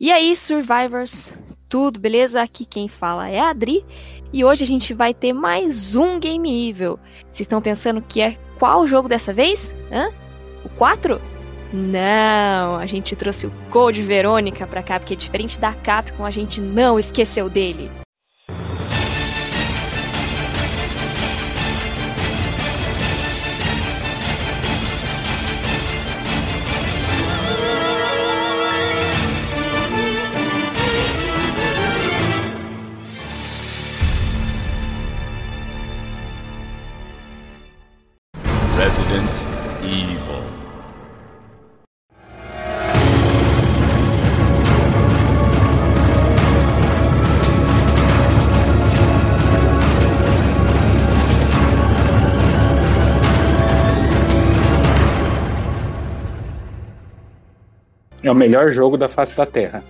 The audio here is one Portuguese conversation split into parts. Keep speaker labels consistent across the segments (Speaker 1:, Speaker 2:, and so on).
Speaker 1: E aí, Survivors, tudo beleza? Aqui quem fala é a Adri e hoje a gente vai ter mais um Game Evil. Vocês estão pensando que é qual jogo dessa vez? Hã? O 4? Não, a gente trouxe o Code Verônica pra cá, porque é diferente da Capcom, a gente não esqueceu dele.
Speaker 2: Resident Evil.
Speaker 3: É o melhor jogo da face da Terra.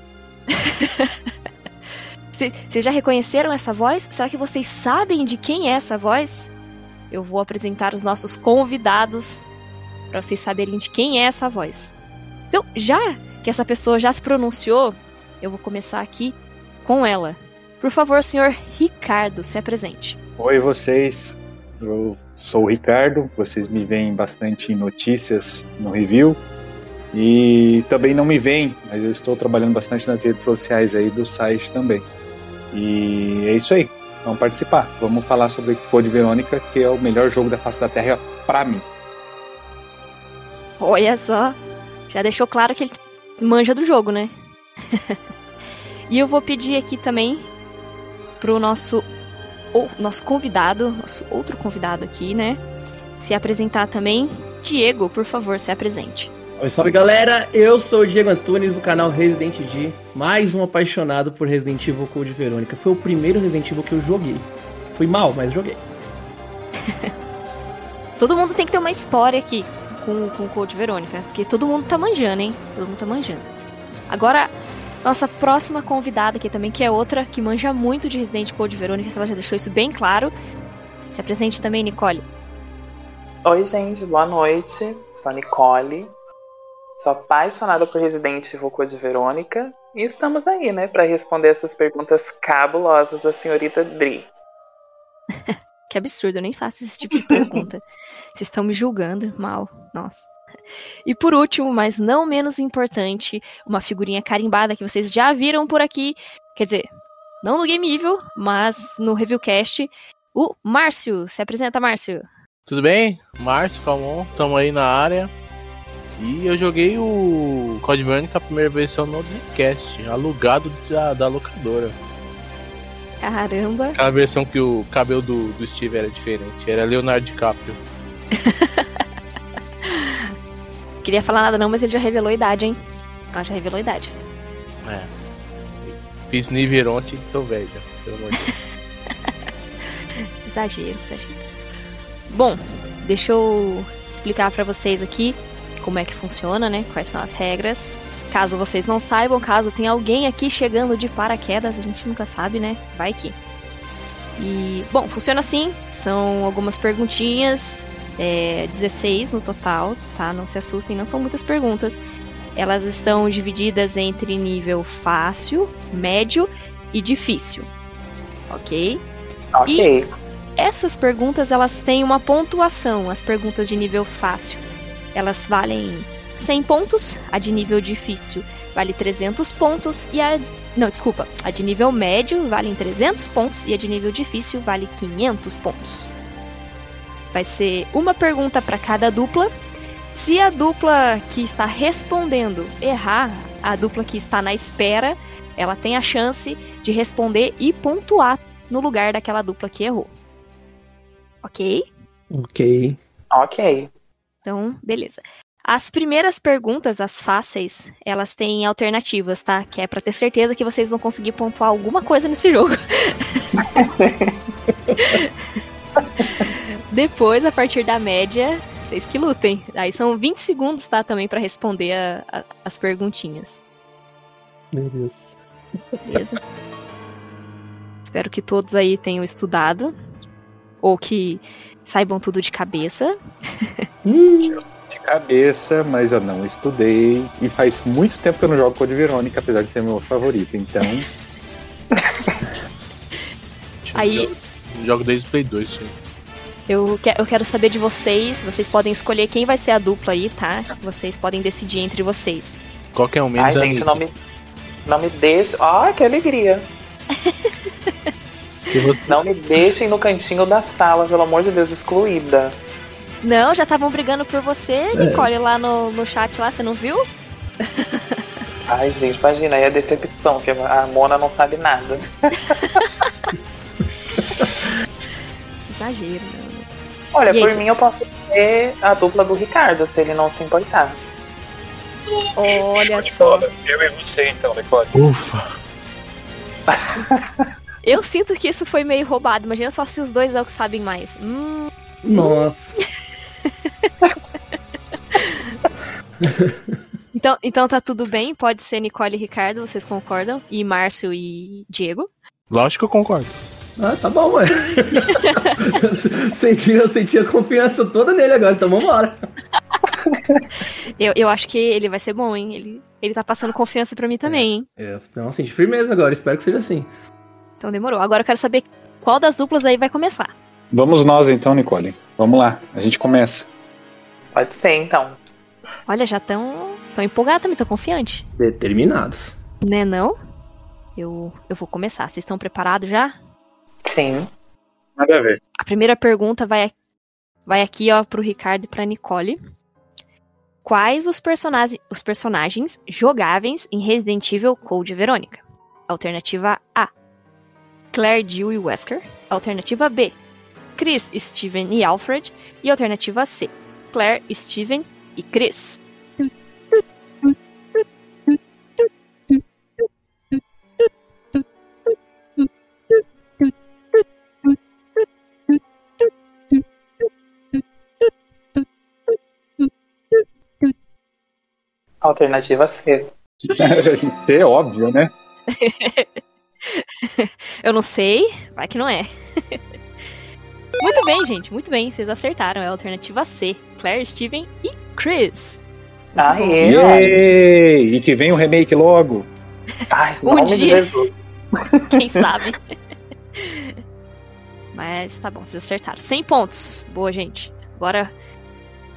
Speaker 1: C- Vocês já reconheceram essa voz? Será que vocês sabem de quem é essa voz? Eu vou apresentar os nossos convidados para vocês saberem de quem é essa voz. Então, já que essa pessoa já se pronunciou, eu vou começar aqui com ela. Por favor, senhor Ricardo, se apresente.
Speaker 3: Oi, vocês. Eu sou o Ricardo. Vocês me veem bastante em notícias no review. E também não me veem, mas eu estou trabalhando bastante nas redes sociais aí do site também. E é isso aí. Vamos participar. Vamos falar sobre Code Verônica, que é o melhor jogo da face da Terra pra mim.
Speaker 1: Olha só, já deixou claro que ele manja do jogo, né? e eu vou pedir aqui também pro nosso ou, nosso convidado, nosso outro convidado aqui, né? Se apresentar também. Diego, por favor, se apresente.
Speaker 4: Salve, salve galera, eu sou o Diego Antunes do canal Resident D, mais um apaixonado por Resident Evil Code Verônica. Foi o primeiro Resident Evil que eu joguei. Fui mal, mas joguei.
Speaker 1: Todo mundo tem que ter uma história aqui com, com o Code Verônica, porque todo mundo tá manjando, hein? Todo mundo tá manjando. Agora, nossa próxima convidada aqui também, que é outra que manja muito de Resident Code Verônica, que ela já deixou isso bem claro. Se apresente também, Nicole.
Speaker 5: Oi, gente, boa noite. Sou a Nicole. Sou apaixonada por Resident Evil Code Verônica. E estamos aí, né, pra responder essas perguntas cabulosas da senhorita Dri.
Speaker 1: Que absurdo, eu nem faço esse tipo de pergunta. Vocês estão me julgando mal, nossa. E por último, mas não menos importante, uma figurinha carimbada que vocês já viram por aqui. Quer dizer, não no Game Evil, mas no Reviewcast. O Márcio. Se apresenta, Márcio.
Speaker 6: Tudo bem? Márcio, Calmon, tamo aí na área. E eu joguei o Code Verônica, a primeira versão no Dreamcast, alugado da, da locadora.
Speaker 1: Caramba.
Speaker 6: Aquela versão que o cabelo do, do Steve era diferente, era Leonardo DiCaprio.
Speaker 1: Queria falar nada não, mas ele já revelou a idade, hein? Ah, já revelou a idade.
Speaker 6: Fiz nível ontem, tô velho, já, pelo amor de Deus.
Speaker 1: Exagero, exagero. Bom, deixa eu explicar pra vocês aqui como é que funciona, né? Quais são as regras. Caso vocês não saibam, caso tenha alguém aqui chegando de paraquedas, a gente nunca sabe, né? Vai que. E, bom, funciona assim: são algumas perguntinhas, é, 16 no total, tá? Não se assustem, não são muitas perguntas. Elas estão divididas entre nível fácil, médio e difícil, ok?
Speaker 5: Ok.
Speaker 1: Essas perguntas elas têm uma pontuação, as perguntas de nível fácil. Elas valem 100 pontos, a de nível difícil vale 300 pontos e a não, desculpa, a de nível médio vale 300 pontos e a de nível difícil vale 500 pontos. Vai ser uma pergunta para cada dupla. Se a dupla que está respondendo errar, a dupla que está na espera, ela tem a chance de responder e pontuar no lugar daquela dupla que errou. Ok?
Speaker 4: Ok.
Speaker 5: Ok.
Speaker 1: Então, beleza. As primeiras perguntas, as fáceis, elas têm alternativas, tá? Que é pra ter certeza que vocês vão conseguir pontuar alguma coisa nesse jogo. Depois, a partir da média, vocês que lutem. Aí são 20 segundos, tá? Também pra responder a- a- as perguntinhas,
Speaker 4: Meu Deus.
Speaker 1: beleza? Espero que todos aí tenham estudado. Ou que saibam tudo de cabeça.
Speaker 4: Hum,
Speaker 3: De cabeça, mas eu não estudei. E faz muito tempo que eu não jogo Code Verônica, apesar de ser meu favorito. Então,
Speaker 1: Aí
Speaker 6: Jogo desde o Play 2, sim.
Speaker 1: eu, que- eu quero saber de vocês. Vocês podem escolher quem vai ser a dupla aí, tá? Vocês podem decidir entre vocês.
Speaker 6: Qualquer um menos.
Speaker 5: Ai, gente,
Speaker 6: amigo.
Speaker 5: não me, não me deixe. Ó, que alegria.
Speaker 6: Se você-
Speaker 5: Não me deixem no cantinho da sala, pelo amor de Deus, excluída.
Speaker 1: Não, já estavam brigando por você, Nicole, lá no, no chat lá, você não viu?
Speaker 5: Ai, gente, imagina, aí a decepção, que a Mona não sabe nada.
Speaker 1: Exagero, né?
Speaker 5: Olha,
Speaker 1: E aí,
Speaker 5: por
Speaker 1: você-
Speaker 5: mim eu posso ser a dupla do Ricardo, se ele não se importar.
Speaker 1: Olha só.
Speaker 3: eu e você, então, Nicole.
Speaker 6: Ufa.
Speaker 1: Eu sinto que isso foi meio roubado. Imagina só se os dois é o que sabem mais. Hum,
Speaker 4: Nossa.
Speaker 1: Então, então tá tudo bem, pode ser Nicole e Ricardo, vocês concordam? E Márcio e Diego?
Speaker 6: Lógico que eu concordo.
Speaker 4: Ah, tá bom, ué. senti, eu senti a confiança toda nele agora, então vambora.
Speaker 1: Eu, eu acho que ele vai ser bom, hein? Ele, ele tá passando confiança pra mim também, hein?
Speaker 4: É, então senti firmeza agora, espero que seja assim.
Speaker 1: Então demorou. Agora eu quero saber qual das duplas aí vai começar.
Speaker 3: Vamos nós, então, Nicole. Vamos lá, a gente começa.
Speaker 5: Pode ser, então.
Speaker 1: Olha, já tão, tão empolgada também, tão confiante.
Speaker 4: Determinados.
Speaker 1: Né não? Eu, eu vou começar. Vocês estão preparados já?
Speaker 5: Sim.
Speaker 3: Nada a ver.
Speaker 1: A primeira pergunta vai, vai aqui, ó, pro Ricardo e pra Nicole. Quais os, personagens, os personagens jogáveis em Resident Evil Code Verônica? Alternativa A. Claire, Jill e Wesker. Alternativa B. Chris, Steven e Alfred. E alternativa C. Claire, Steven e Chris.
Speaker 5: Alternativa C.
Speaker 3: é óbvio, né?
Speaker 1: Eu não sei, vai que não é. muito bem, gente, muito bem. Vocês acertaram. É a alternativa C. Claire, Steven e Chris. Muito bom.
Speaker 5: Aê, ó.
Speaker 3: Yay! E que vem o remake logo.
Speaker 5: Ai,
Speaker 1: Um
Speaker 5: nome de
Speaker 1: dia.
Speaker 5: Jesus.
Speaker 1: Quem sabe? Mas tá bom, vocês acertaram. 100 pontos. Boa, gente. Bora.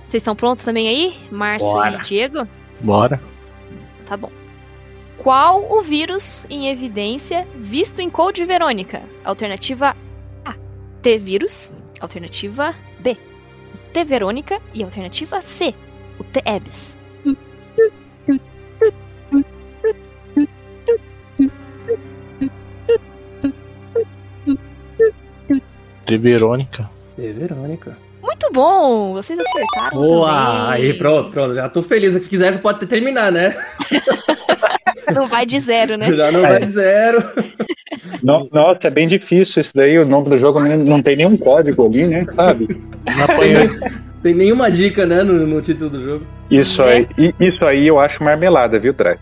Speaker 1: Vocês estão prontos também aí? Márcio
Speaker 6: Bora.
Speaker 1: e Diego?
Speaker 6: Bora.
Speaker 1: Tá bom. Qual o vírus em evidência visto em Code Verônica? Alternativa A. T-vírus. Alternativa B. O T-Verônica. E alternativa C. O T-Ebs.
Speaker 6: De Verônica.
Speaker 4: É, Verônica.
Speaker 1: Muito bom! Vocês acertaram
Speaker 4: Boa!
Speaker 1: também.
Speaker 4: Aí, pronto, pronto, já tô feliz. Se quiser, pode até terminar, né?
Speaker 1: Não vai de zero, né?
Speaker 4: Já não vai de zero.
Speaker 3: No- Nossa, é bem difícil isso daí. O nome do jogo nem- não tem nenhum código ali, né? Sabe?
Speaker 6: Não apanhei.
Speaker 4: Tem nenhuma dica, né, no, no título do jogo.
Speaker 3: Isso aí, i- isso aí eu acho marmelada, viu, Dra?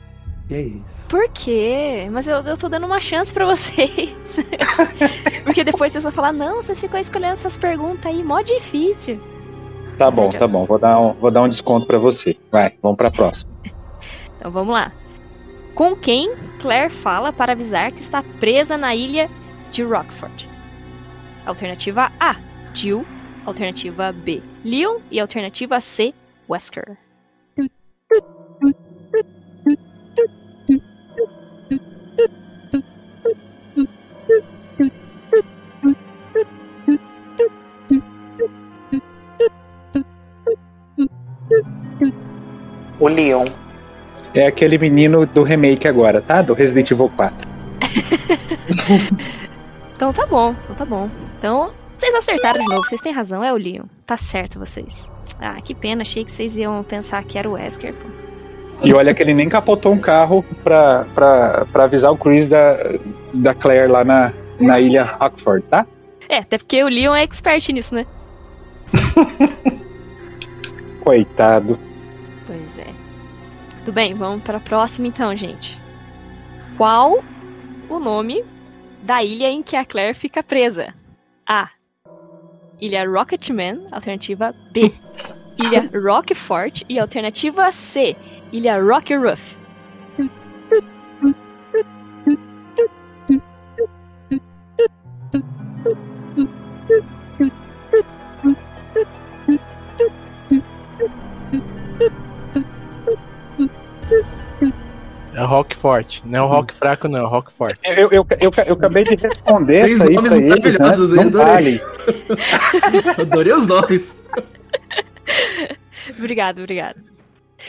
Speaker 4: Que é isso.
Speaker 1: Por quê? Mas eu, eu tô dando uma chance pra vocês. Porque depois vocês vão falar, não, vocês ficam escolhendo essas perguntas aí, mó difícil.
Speaker 3: Tá bom, tá bom. Vou dar um, vou dar um desconto pra você. Vai, vamos pra próxima.
Speaker 1: Então vamos lá. Com quem Claire fala para avisar que está presa na ilha de Rockford? Alternativa A, Jill. Alternativa B, Leon. E alternativa C, Wesker.
Speaker 5: O Leon.
Speaker 3: É aquele menino do remake agora, tá? Do Resident Evil 4.
Speaker 1: Então tá bom, então tá bom. Então, vocês acertaram de novo, vocês têm razão, é o Leon. Tá certo vocês. Ah, que pena, achei que vocês iam pensar que era o Wesker, pô.
Speaker 3: E olha que ele nem capotou um carro pra, pra, pra avisar o Chris da, da Claire lá na, na ilha Rockford, tá?
Speaker 1: É, até porque o Leon é expert nisso, né?
Speaker 3: Coitado.
Speaker 1: Pois é. Tudo bem, vamos pra próxima então, gente. Qual o nome da ilha em que a Claire fica presa? A. Ilha Rocketman, alternativa B. Ilha Rockfort e alternativa C, Ilha Rock Ruff.
Speaker 6: É rock forte. Não é o
Speaker 5: Hum.
Speaker 6: rock fraco, não. É o rock forte.
Speaker 3: Eu, eu, eu, eu, eu acabei de responder
Speaker 4: Três
Speaker 3: essa aí
Speaker 4: nomes
Speaker 3: pra eles, né?
Speaker 4: maravilhosos, eu
Speaker 3: Não
Speaker 4: adorei.
Speaker 3: vale.
Speaker 4: Adorei os nomes.
Speaker 1: Obrigado, obrigado.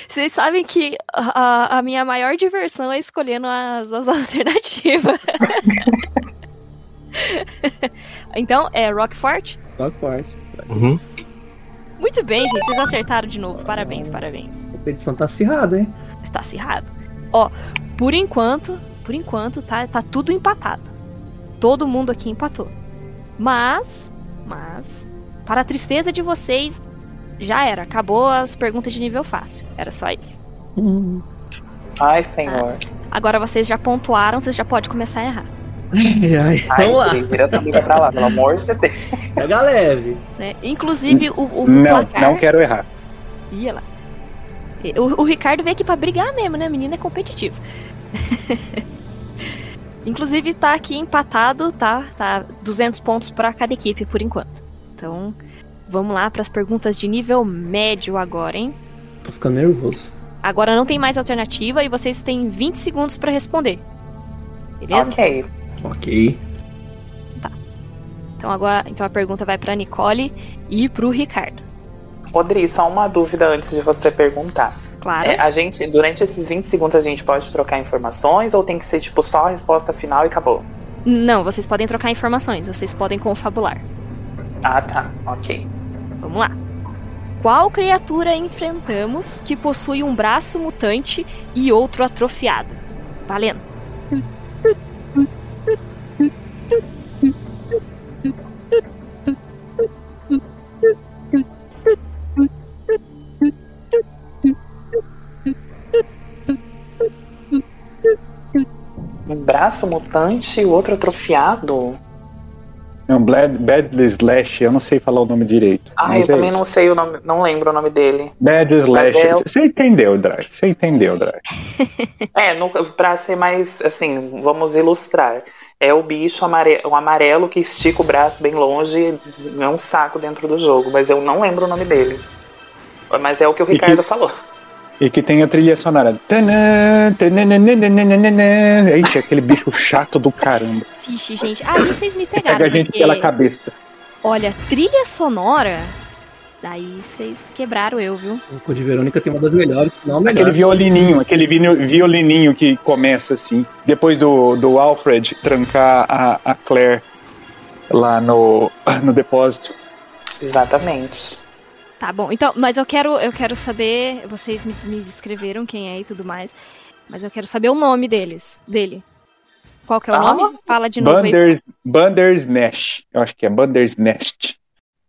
Speaker 1: Vocês sabem que a, a minha maior diversão é escolhendo as, as alternativas. então, é Rockfort?
Speaker 4: Toque Tá forte.
Speaker 6: Uhum.
Speaker 1: Muito bem, gente, vocês acertaram de novo. Parabéns, parabéns.
Speaker 4: A competição tá acirrada, hein?
Speaker 1: Está acirrado. Ó, por enquanto, por enquanto, tá, tá tudo empatado. Todo mundo aqui empatou. Mas, mas, para a tristeza de vocês, já era. Acabou as perguntas de nível fácil. Era só isso.
Speaker 5: Ai, senhor.
Speaker 1: Agora vocês já pontuaram, vocês já podem começar a errar.
Speaker 4: Ai, ai.
Speaker 5: Ai,
Speaker 4: Vamos lá.
Speaker 5: Vira essa briga pra lá, pelo amor de Deus.
Speaker 4: Pega leve.
Speaker 1: né? Inclusive, o, o
Speaker 3: Não,
Speaker 1: placar...
Speaker 3: não quero errar.
Speaker 1: Ih, olha lá. O, o Ricardo veio aqui pra brigar mesmo, né? Menina é competitivo. Inclusive, tá aqui empatado, tá? Tá 200 pontos pra cada equipe por enquanto. Então, vamos lá pras perguntas de nível médio agora, hein?
Speaker 4: Tô ficando nervoso.
Speaker 1: Agora não tem mais alternativa e vocês têm 20 segundos pra responder. Beleza?
Speaker 5: Ok.
Speaker 4: Ok.
Speaker 1: Então agora, então a pergunta vai pra Nicole e pro Ricardo.
Speaker 5: Odri, só uma dúvida antes de você perguntar.
Speaker 1: Claro.
Speaker 5: É, a gente, durante esses 20 segundos, a gente pode trocar informações ou tem que ser tipo só a resposta final e acabou?
Speaker 1: Não, vocês podem trocar informações, vocês podem confabular.
Speaker 5: Ah, tá. Ok.
Speaker 1: Vamos lá. Qual criatura enfrentamos que possui um braço mutante e outro atrofiado? Valendo.
Speaker 5: Um braço mutante e o outro atrofiado?
Speaker 3: É um Blad- Bad Slash, eu não sei falar o nome direito.
Speaker 5: Ah, eu
Speaker 3: mas é
Speaker 5: também
Speaker 3: isso.
Speaker 5: não sei o nome, não lembro o nome dele.
Speaker 3: Bad
Speaker 5: Mas é o-
Speaker 3: Slash. Você entendeu, Drake. Você entendeu, Drake.
Speaker 5: É, no, pra ser mais, assim, vamos ilustrar. É o bicho amarelo, o amarelo que estica o braço bem longe, é um saco dentro do jogo, mas eu não lembro o nome dele. Mas é o que o Ricardo falou.
Speaker 3: E que tem a trilha sonora. Tanã, tanananananananã. Ixi, aquele bicho chato do caramba.
Speaker 1: Vixe, gente. Aí vocês me
Speaker 3: É Que
Speaker 1: pegaram.
Speaker 3: pega a gente
Speaker 1: porque,
Speaker 3: pela cabeça.
Speaker 1: Olha, trilha sonora. Daí vocês quebraram eu, viu?
Speaker 4: O Code Verônica tem uma das melhores, se não a melhor.
Speaker 3: Aquele violininho, aquele vino- violininho que começa assim. Depois do, do Alfred trancar a, a Claire lá no, no depósito.
Speaker 5: Exatamente.
Speaker 1: Tá bom. Então, mas eu quero, eu quero saber. Vocês me, me descreveram quem é e tudo mais. Mas eu quero saber o nome deles, dele. Qual que é o
Speaker 5: Ah.
Speaker 1: nome? Fala de novo aí.
Speaker 3: Bander, Bandersnatch. Eu acho que é Bandersnatch.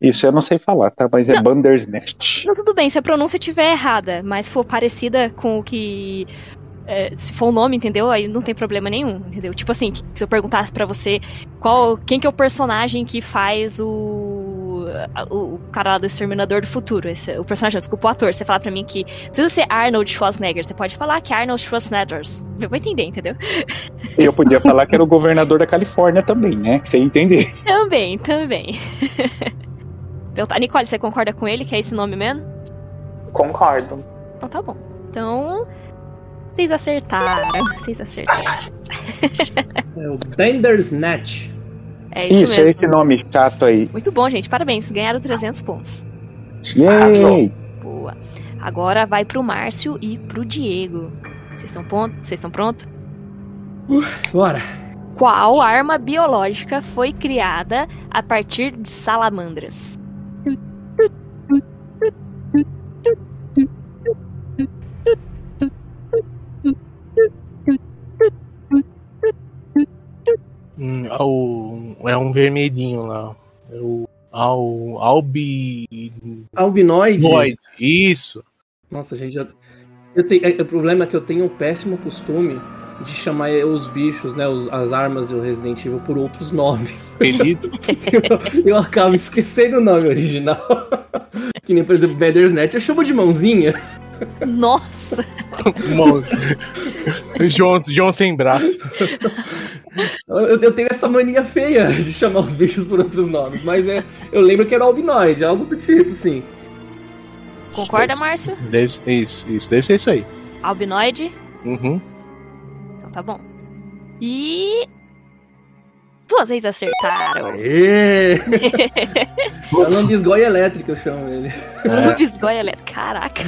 Speaker 3: Isso eu não sei falar, tá? Mas é Bandersnatch.
Speaker 1: Não, tudo bem, se a pronúncia estiver errada, mas for parecida com o que. é, se for o nome, entendeu? Aí não tem problema nenhum, entendeu? Tipo assim, se eu perguntasse pra você qual, quem que é o personagem que faz o. a- O o cara lá do Exterminador do Futuro. esse- o personagem, não, desculpa, o ator. Você fala pra mim que. não Precisa ser Arnold Schwarzenegger. Você pode falar que é Arnold Schwarzenegger. Eu vou entender, entendeu?
Speaker 3: E eu podia falar que era o governador da Califórnia também, né? Sem entender.
Speaker 1: Também, também. então tá, Nicole, você concorda com ele que é esse nome mesmo?
Speaker 5: Concordo.
Speaker 1: Então tá bom. Então. Vocês acertaram. Vocês acertaram.
Speaker 4: É o Bandersnatch.
Speaker 1: É isso,
Speaker 3: Isso, é
Speaker 1: mesmo.
Speaker 3: esse nome chato aí.
Speaker 1: Muito bom, gente. Parabéns. Ganharam 300 pontos.
Speaker 3: Yay!
Speaker 1: Boa. Agora vai pro Márcio e pro Diego. Vocês estão pon- vocês estão prontos?
Speaker 4: Bora.
Speaker 1: Qual arma biológica foi criada a partir de salamandras?
Speaker 6: Hum, é o- é um vermelhinho lá. É o Al, albinoide.
Speaker 4: Albinoide.
Speaker 6: Isso.
Speaker 4: Nossa, gente, já... eu tenho... é, o problema é que eu tenho um péssimo costume de chamar os bichos, né, os- as armas do Resident Evil por outros nomes.
Speaker 6: Apelido.
Speaker 4: eu, eu acabo esquecendo o nome original. Que nem, por exemplo, Beder's Net, eu chamo de mãozinha.
Speaker 1: Nossa!
Speaker 6: Mão- João, João sem braço.
Speaker 4: Eu, eu tenho essa mania feia de chamar os bichos por outros nomes, mas é, eu lembro que era albinoide, algo do tipo, assim.
Speaker 1: Concorda, Márcio?
Speaker 6: Deve, ser isso, isso, deve ser isso aí.
Speaker 1: Albinoide?
Speaker 6: Uhum.
Speaker 1: Então tá bom. E. Vocês acertaram.
Speaker 4: Aê! É lambisgoia elétrica, eu chamo ele.
Speaker 1: Lambisgoia elétrica. Caraca.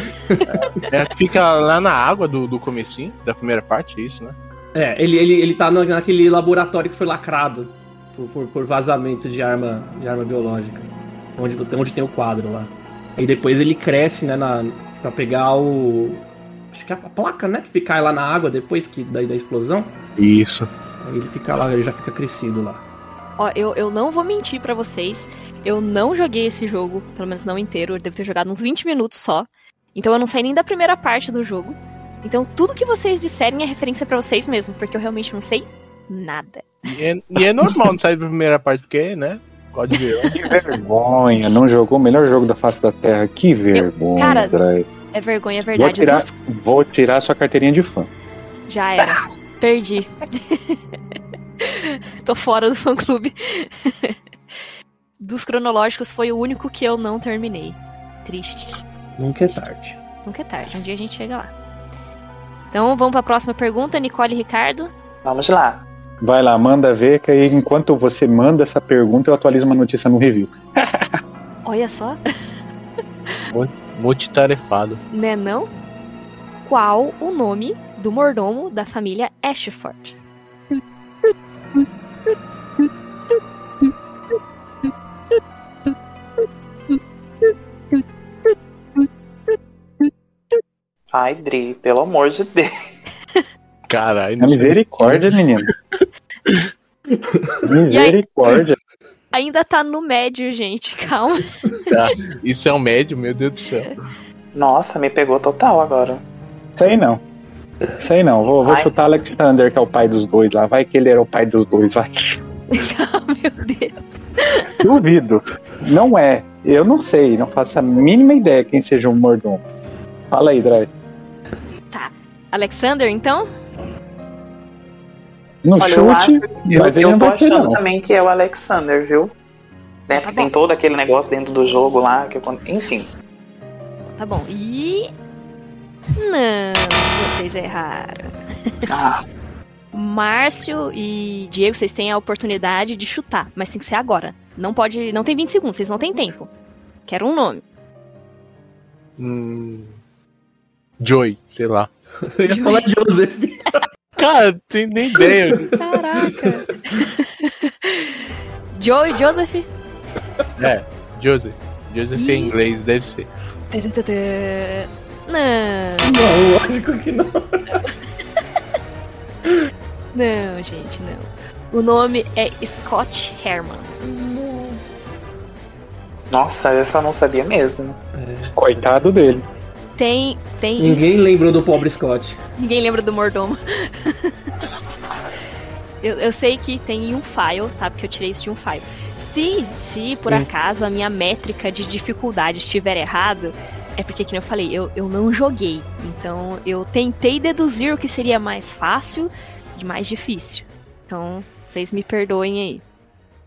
Speaker 6: É a que fica lá na água do, do comecinho, da primeira parte, é isso, né?
Speaker 4: É, ele, ele, ele tá no- naquele laboratório que foi lacrado por, por- por vazamento de arma, de arma biológica. Onde, onde tem o quadro lá. Aí depois ele cresce, né, na, pra pegar o. Acho que é a placa, né? Que fica lá na água depois que, da, da explosão.
Speaker 6: Isso.
Speaker 4: Aí ele fica lá, ele já fica crescido lá.
Speaker 1: Ó, eu, eu não vou mentir pra vocês. Eu não joguei esse jogo, pelo menos não inteiro. Eu devo ter jogado uns 20 minutos só. Então eu não sei nem da primeira parte do jogo. Então tudo que vocês disserem é referência pra vocês mesmo, porque eu realmente não sei nada.
Speaker 6: E é, e é normal não sair da primeira parte, porque, né? Código Verão.
Speaker 3: Que vergonha, não jogou o melhor jogo da face da Terra. Que vergonha,
Speaker 1: cara,
Speaker 3: André.
Speaker 1: É vergonha, é
Speaker 3: Vou
Speaker 1: verdade. Eu
Speaker 3: tirar,
Speaker 1: dos-
Speaker 3: vou tirar sua carteirinha de fã.
Speaker 1: Já era. Perdi. Tô fora do fã clube. Dos cronológicos foi o único que eu não terminei. Triste.
Speaker 4: Nunca é tarde.
Speaker 1: Nunca é tarde, um dia a gente chega lá. Então vamos pra próxima pergunta, Nicole e Ricardo.
Speaker 5: Vamos lá.
Speaker 3: Vai lá, manda ver, que aí enquanto você manda essa pergunta, eu atualizo uma notícia no review.
Speaker 1: Olha só,
Speaker 6: Multitarefado.
Speaker 1: né não? Qual o nome do mordomo da família Ashford?
Speaker 5: Ai, Dri, pelo amor de Deus.
Speaker 6: Caralho,
Speaker 3: É misericórdia, menino. misericórdia.
Speaker 1: Ainda tá no médio, gente, calma.
Speaker 6: Isso é um médio, meu Deus do céu.
Speaker 5: Nossa, me pegou total agora.
Speaker 3: Sei não. Sei não. Vou, vou
Speaker 5: Ai.
Speaker 3: chutar Alex Thunder, que é o pai dos dois lá. Vai que ele era o pai dos dois, vai.
Speaker 1: Meu Deus.
Speaker 3: Duvido. Não é. Eu não sei, não faço a mínima ideia quem seja o mordomo. Fala aí, Dry.
Speaker 1: Alexander, então?
Speaker 3: No
Speaker 5: Olha, eu
Speaker 3: Um chute, mas
Speaker 5: eu
Speaker 3: ele não
Speaker 5: tô
Speaker 3: vai ter,
Speaker 5: achando
Speaker 3: não.
Speaker 5: também que é o Alexander, viu? Né? Porque tem todo aquele negócio dentro do jogo lá. Que... eu- Enfim,
Speaker 1: Tá bom. E. Não, vocês erraram.
Speaker 5: ah,
Speaker 1: Márcio e Diego, vocês têm a oportunidade de chutar, mas tem que ser agora. Não pode. Não tem 20 segundos, vocês não têm tempo. Quero um nome.
Speaker 6: Hum, Joy, sei lá.
Speaker 4: Eu ia falar de Joseph.
Speaker 6: Cara, tem nem ideia.
Speaker 1: Caraca! Joe e Joseph.
Speaker 6: É, Joseph. Joseph
Speaker 1: Ih.
Speaker 6: em inglês, deve ser.
Speaker 1: Tadadadã. Não,
Speaker 4: Não, lógico que não.
Speaker 1: não, gente, não. O nome é Scott Herman.
Speaker 5: nossa, eu só não sabia mesmo. tá-
Speaker 3: Coitado dele.
Speaker 1: Tem. tem um
Speaker 4: Ninguém lembrou do pobre Scott.
Speaker 1: Ninguém lembra do mordomo. eu, eu sei que tem em um file, tá? Porque eu tirei isso de um file. Se, se por acaso a minha métrica de dificuldade estiver errada, é porque, como eu falei, eu, eu não joguei. Então eu tentei deduzir o que seria mais fácil e mais difícil. Então, vocês me perdoem aí.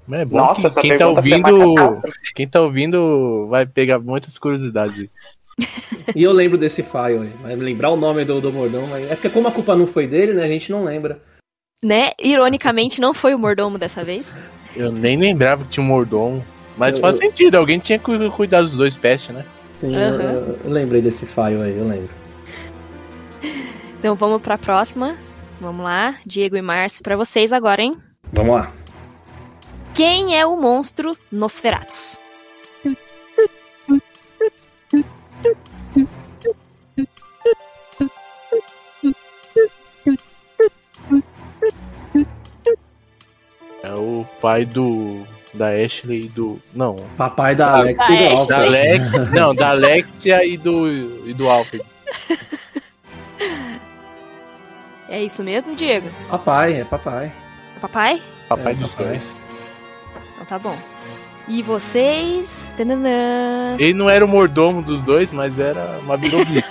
Speaker 6: Mas é bom
Speaker 5: Nossa,
Speaker 6: que
Speaker 5: essa
Speaker 6: quem tá
Speaker 5: pergunta foi uma
Speaker 6: ouvindo.
Speaker 5: catástrofe.
Speaker 6: Quem tá ouvindo vai pegar muitas curiosidades.
Speaker 4: E eu lembro desse file aí. Mas lembrar o nome do, do mordão. mas- É porque como a culpa não foi dele, né? A gente não lembra.
Speaker 1: Né? Ironicamente, não foi o mordomo dessa vez.
Speaker 6: Eu nem lembrava que tinha um mordomo. Mas
Speaker 4: Eu-
Speaker 6: faz
Speaker 4: eu-
Speaker 6: sentido, alguém tinha que cuidar dos dois pets, né?
Speaker 4: Sim,
Speaker 1: Aham.
Speaker 4: eu, eu- eu lembrei desse file aí, eu lembro.
Speaker 1: Então vamos pra próxima. Vamos lá, Diego e Márcio, pra vocês agora, hein?
Speaker 4: Vamos lá.
Speaker 1: Quem é o monstro Nosferatus?
Speaker 6: É o pai do. Da Ashley e do. Não.
Speaker 4: Papai da Alex
Speaker 1: Ah,
Speaker 4: e do
Speaker 1: é,
Speaker 4: Alfred.
Speaker 6: Da Alex. não, da Alexia e do. e do Alfred.
Speaker 1: É isso mesmo, Diego?
Speaker 4: Papai, é papai.
Speaker 1: É papai?
Speaker 6: Papai
Speaker 4: É,
Speaker 6: dos
Speaker 4: papai.
Speaker 6: dois.
Speaker 1: Então tá bom. E vocês. Tananã.
Speaker 6: Ele não era o mordomo dos dois, mas era uma bilobica.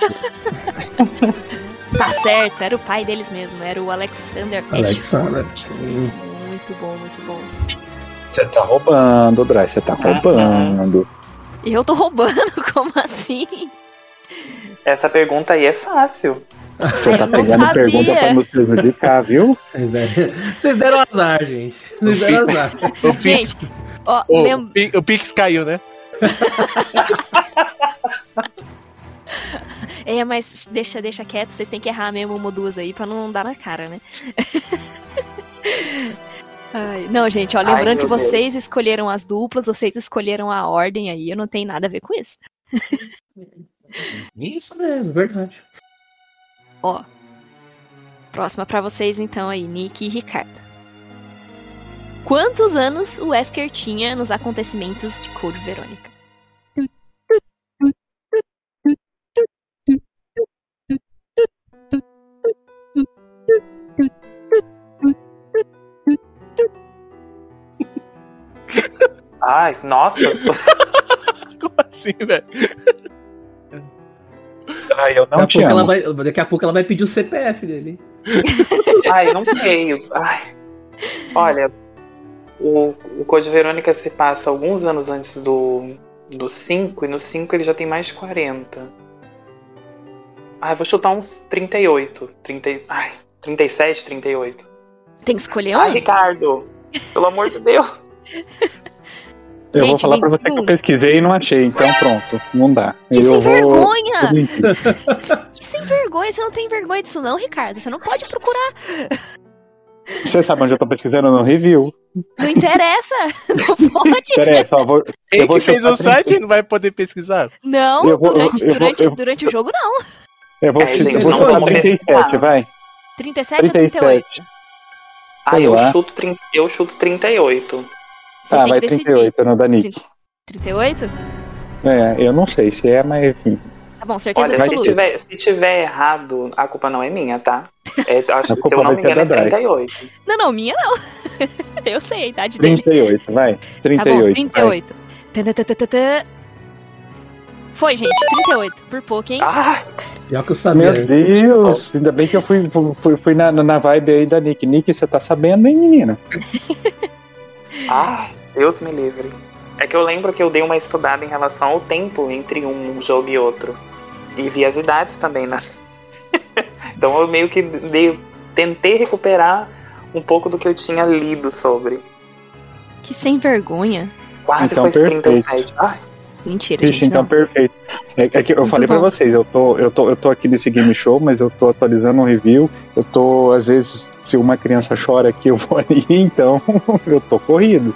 Speaker 1: Tá certo, era o pai deles mesmo, era o Alexander
Speaker 4: Alexander.
Speaker 1: Edgeworth.
Speaker 4: Sim.
Speaker 1: Muito bom, muito bom.
Speaker 3: Você tá roubando, Dry, você tá
Speaker 5: Uhum.
Speaker 3: roubando.
Speaker 1: E eu tô roubando, como assim?
Speaker 5: Essa pergunta aí é fácil.
Speaker 3: Você
Speaker 1: Eu
Speaker 3: tá
Speaker 1: não
Speaker 3: pegando
Speaker 1: sabia.
Speaker 3: pergunta pra nos prejudicar, viu?
Speaker 4: Vocês deram, vocês deram azar, gente. Vocês deram azar.
Speaker 6: o, Pix,
Speaker 1: Gente, ó,
Speaker 6: o,
Speaker 1: lem-
Speaker 6: Pi- o Pix caiu, né?
Speaker 1: É, mas deixa, deixa quieto, vocês têm que errar mesmo uma ou duas aí pra não dar na cara, né? Ai, não, gente, ó,
Speaker 5: Ai,
Speaker 1: lembrando que
Speaker 5: meu Deus.
Speaker 1: vocês escolheram as duplas, vocês escolheram a ordem aí, eu não tenho nada a ver com isso.
Speaker 4: Isso mesmo, verdade.
Speaker 1: Ó. Próxima pra vocês então aí, Nick e Ricardo. Quantos anos o Wesker tinha nos acontecimentos de Code Verônica?
Speaker 5: Ai, nossa,
Speaker 6: Como assim, velho?
Speaker 3: Ah, eu não
Speaker 4: Daqui
Speaker 3: te
Speaker 4: a, pouco ela
Speaker 3: amo.
Speaker 4: vai, daqui a pouco ela vai pedir o CPF dele.
Speaker 5: ai, não sei. Ai. Olha, o, o Code Verônica se passa alguns anos antes do, do 5, e no 5 ele já tem mais de 40. Ai, vou chutar uns 38. 30, e- ai, 37, 38.
Speaker 1: Tem que escolher
Speaker 5: Ai,
Speaker 1: um?
Speaker 5: Ricardo, pelo amor de Deus.
Speaker 3: Eu vou
Speaker 1: Gente,
Speaker 3: falar pra
Speaker 1: 20
Speaker 3: você que eu
Speaker 1: segundos.
Speaker 3: pesquisei e não achei, então pronto, não dá.
Speaker 1: Que sem
Speaker 3: eu vou...
Speaker 1: vergonha! Que sem vergonha! Você não tem vergonha disso não, Ricardo? Você não pode procurar.
Speaker 3: Você sabe onde eu tô pesquisando no review.
Speaker 1: Não interessa! Não pode!
Speaker 3: Pera aí, só vou...
Speaker 6: Ele
Speaker 3: Eu vou
Speaker 6: que fez
Speaker 3: chutar
Speaker 6: o site não vai poder pesquisar?
Speaker 1: Não,
Speaker 3: Eu vou-
Speaker 1: durante,
Speaker 3: eu vou-
Speaker 1: durante,
Speaker 3: eu vou-
Speaker 1: durante o jogo não.
Speaker 3: Eu vou,
Speaker 5: É,
Speaker 3: chutar-
Speaker 5: gente,
Speaker 3: eu vou
Speaker 4: não
Speaker 3: chutar
Speaker 4: vamos
Speaker 3: 37,
Speaker 5: testar.
Speaker 3: vai.
Speaker 1: 37 ou 38?
Speaker 3: 37.
Speaker 5: Ai, eu
Speaker 3: lá.
Speaker 5: chuto, 30, eu chuto 38.
Speaker 1: Vocês
Speaker 3: Ah,
Speaker 1: têm
Speaker 3: vai
Speaker 1: que decidir.
Speaker 3: 38, não da Nick.
Speaker 1: 38?
Speaker 3: É, eu não sei se é, mas enfim.
Speaker 1: Tá bom, certeza
Speaker 5: Olha, se
Speaker 1: absoluta.
Speaker 5: tiver, se tiver errado, a culpa não é minha, tá? É, eu acho,
Speaker 3: A
Speaker 5: se
Speaker 3: culpa
Speaker 5: eu não
Speaker 3: vai
Speaker 5: me
Speaker 3: ser
Speaker 5: engano, é
Speaker 3: da Dai.
Speaker 5: 38.
Speaker 1: Não, não, minha não. Eu sei a idade dele.
Speaker 3: 38, vai. 38.
Speaker 1: Tá bom,
Speaker 3: vai.
Speaker 1: 38. Tantantantantã. Foi, gente, 38. Por pouco, hein?
Speaker 5: Ah,
Speaker 4: Já que eu sabia.
Speaker 3: Meu Deus, ainda bem que eu fui, fui, fui na, na vibe aí da Nick. Nick, você tá sabendo, hein, menina?
Speaker 5: ah, Deus me livre. É que eu lembro que eu dei uma estudada em relação ao tempo entre um jogo e outro. E vi as idades também, né? então eu meio que dei- tentei recuperar um pouco do que eu tinha lido sobre.
Speaker 3: Ah.
Speaker 1: Que sem vergonha.
Speaker 5: Quase
Speaker 3: Então,
Speaker 5: foi esse
Speaker 3: perfeito.
Speaker 5: 37. Ah,
Speaker 1: Mentira,
Speaker 3: Vixe,
Speaker 1: gente.
Speaker 3: então
Speaker 1: Não. Então tá.
Speaker 3: perfeito. É, é que eu
Speaker 1: Muito
Speaker 3: falei pra
Speaker 1: bom.
Speaker 3: vocês, eu tô, eu, tô, eu tô aqui nesse game show, mas eu tô atualizando um review. Eu tô, às vezes, se uma criança chora aqui, eu vou ali, então eu tô corrido.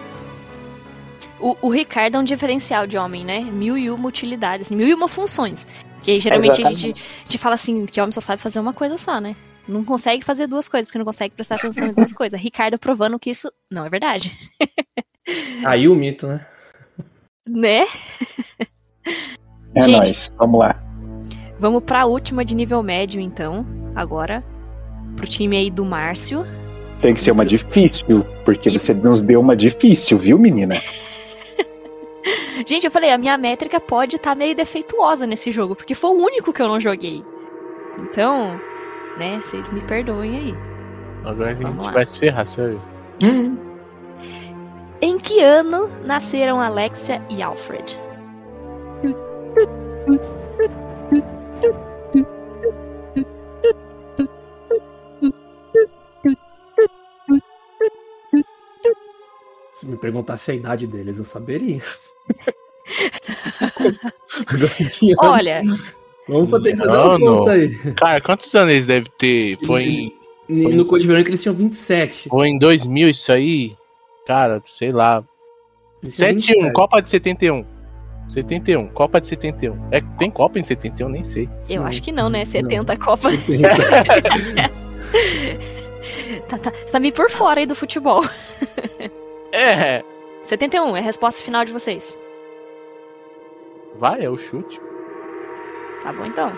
Speaker 1: O, o Ricardo é um diferencial de homem, né? Mil e uma utilidades, mil e uma funções. Que geralmente a gente, a gente fala assim, que homem só sabe fazer uma coisa só, né? Não consegue fazer duas coisas, porque não consegue prestar atenção em duas coisas. Ricardo provando que isso não é verdade.
Speaker 4: Aí o mito, né?
Speaker 1: Né?
Speaker 3: É
Speaker 1: Gente.
Speaker 3: nóis, vamos lá.
Speaker 1: Vamos pra última de nível médio, então, agora. Pro time aí do Márcio.
Speaker 3: Tem que ser uma difícil, porque
Speaker 1: E-
Speaker 3: você nos deu uma difícil, viu, menina?
Speaker 1: Gente, eu falei, a minha métrica pode estar meio defeituosa nesse jogo, porque foi o único que eu não joguei. Então, né, vocês me perdoem aí.
Speaker 6: Agora a gente
Speaker 1: Vamos lá.
Speaker 6: vai se ferrar, sério.
Speaker 1: Em que ano nasceram Alexia e Alfred?
Speaker 4: Se me perguntasse a idade deles, eu saberia. Agora, que ano?
Speaker 1: Olha,
Speaker 4: Vamos poder fazer
Speaker 6: Não,
Speaker 4: uma conta aí.
Speaker 6: Cara, quantos anos eles devem ter? Foi em,
Speaker 4: E No Code Verônica eles tinham 27.
Speaker 6: foi em 2000 isso aí? Cara, sei lá.
Speaker 4: Eles tinham
Speaker 6: 71,
Speaker 4: 27.
Speaker 6: Copa de 71. 71, Copa de 71. É, tem Copa em 71, nem sei.
Speaker 1: eu
Speaker 4: Não,
Speaker 1: acho que não, né?
Speaker 4: não.
Speaker 1: 70 Copa. Tá, tá, você tá meio por fora aí do futebol.
Speaker 6: É,
Speaker 1: 71 é a resposta final de vocês.
Speaker 6: vai, é o chute.
Speaker 1: Tá bom então.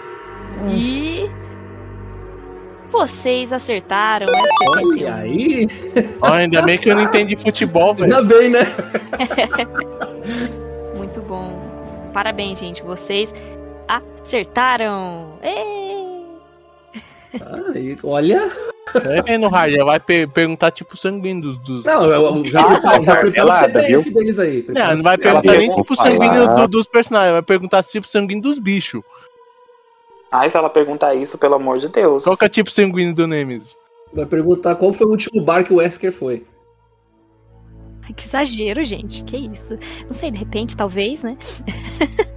Speaker 4: Hum.
Speaker 1: E. Vocês acertaram, é 71.
Speaker 4: Olha aí.
Speaker 6: Ó, ainda bem que eu não entendi futebol, velho.
Speaker 4: Ainda bem, né?
Speaker 1: Muito bom. Parabéns, gente. Vocês acertaram. Ê!
Speaker 4: Ai, olha.
Speaker 6: Será que aí no hard já tá vai pe- perguntar tipo sanguíneo dos. dos... Não,
Speaker 4: Não, eu, eu, já,
Speaker 6: Ah,
Speaker 4: já,
Speaker 6: tá
Speaker 4: já prepara o
Speaker 3: Pelada,
Speaker 4: CPF
Speaker 3: viu?
Speaker 4: deles aí. prepara
Speaker 6: É, não,
Speaker 4: o
Speaker 6: vai
Speaker 4: CPF.
Speaker 6: perguntar nem
Speaker 3: pergunta
Speaker 6: tipo sanguíneo
Speaker 3: lá.
Speaker 6: do- dos personagens, vai perguntar tipo sanguíneo dos bichos.
Speaker 5: Ai, se ela perguntar isso, pelo amor de Deus.
Speaker 6: Qual que é o tipo sanguíneo do Nemesis?
Speaker 4: Vai perguntar qual foi o último bar que o Wesker foi.
Speaker 1: Ai, Que exagero, gente. Que isso? Não sei, de repente, talvez, né?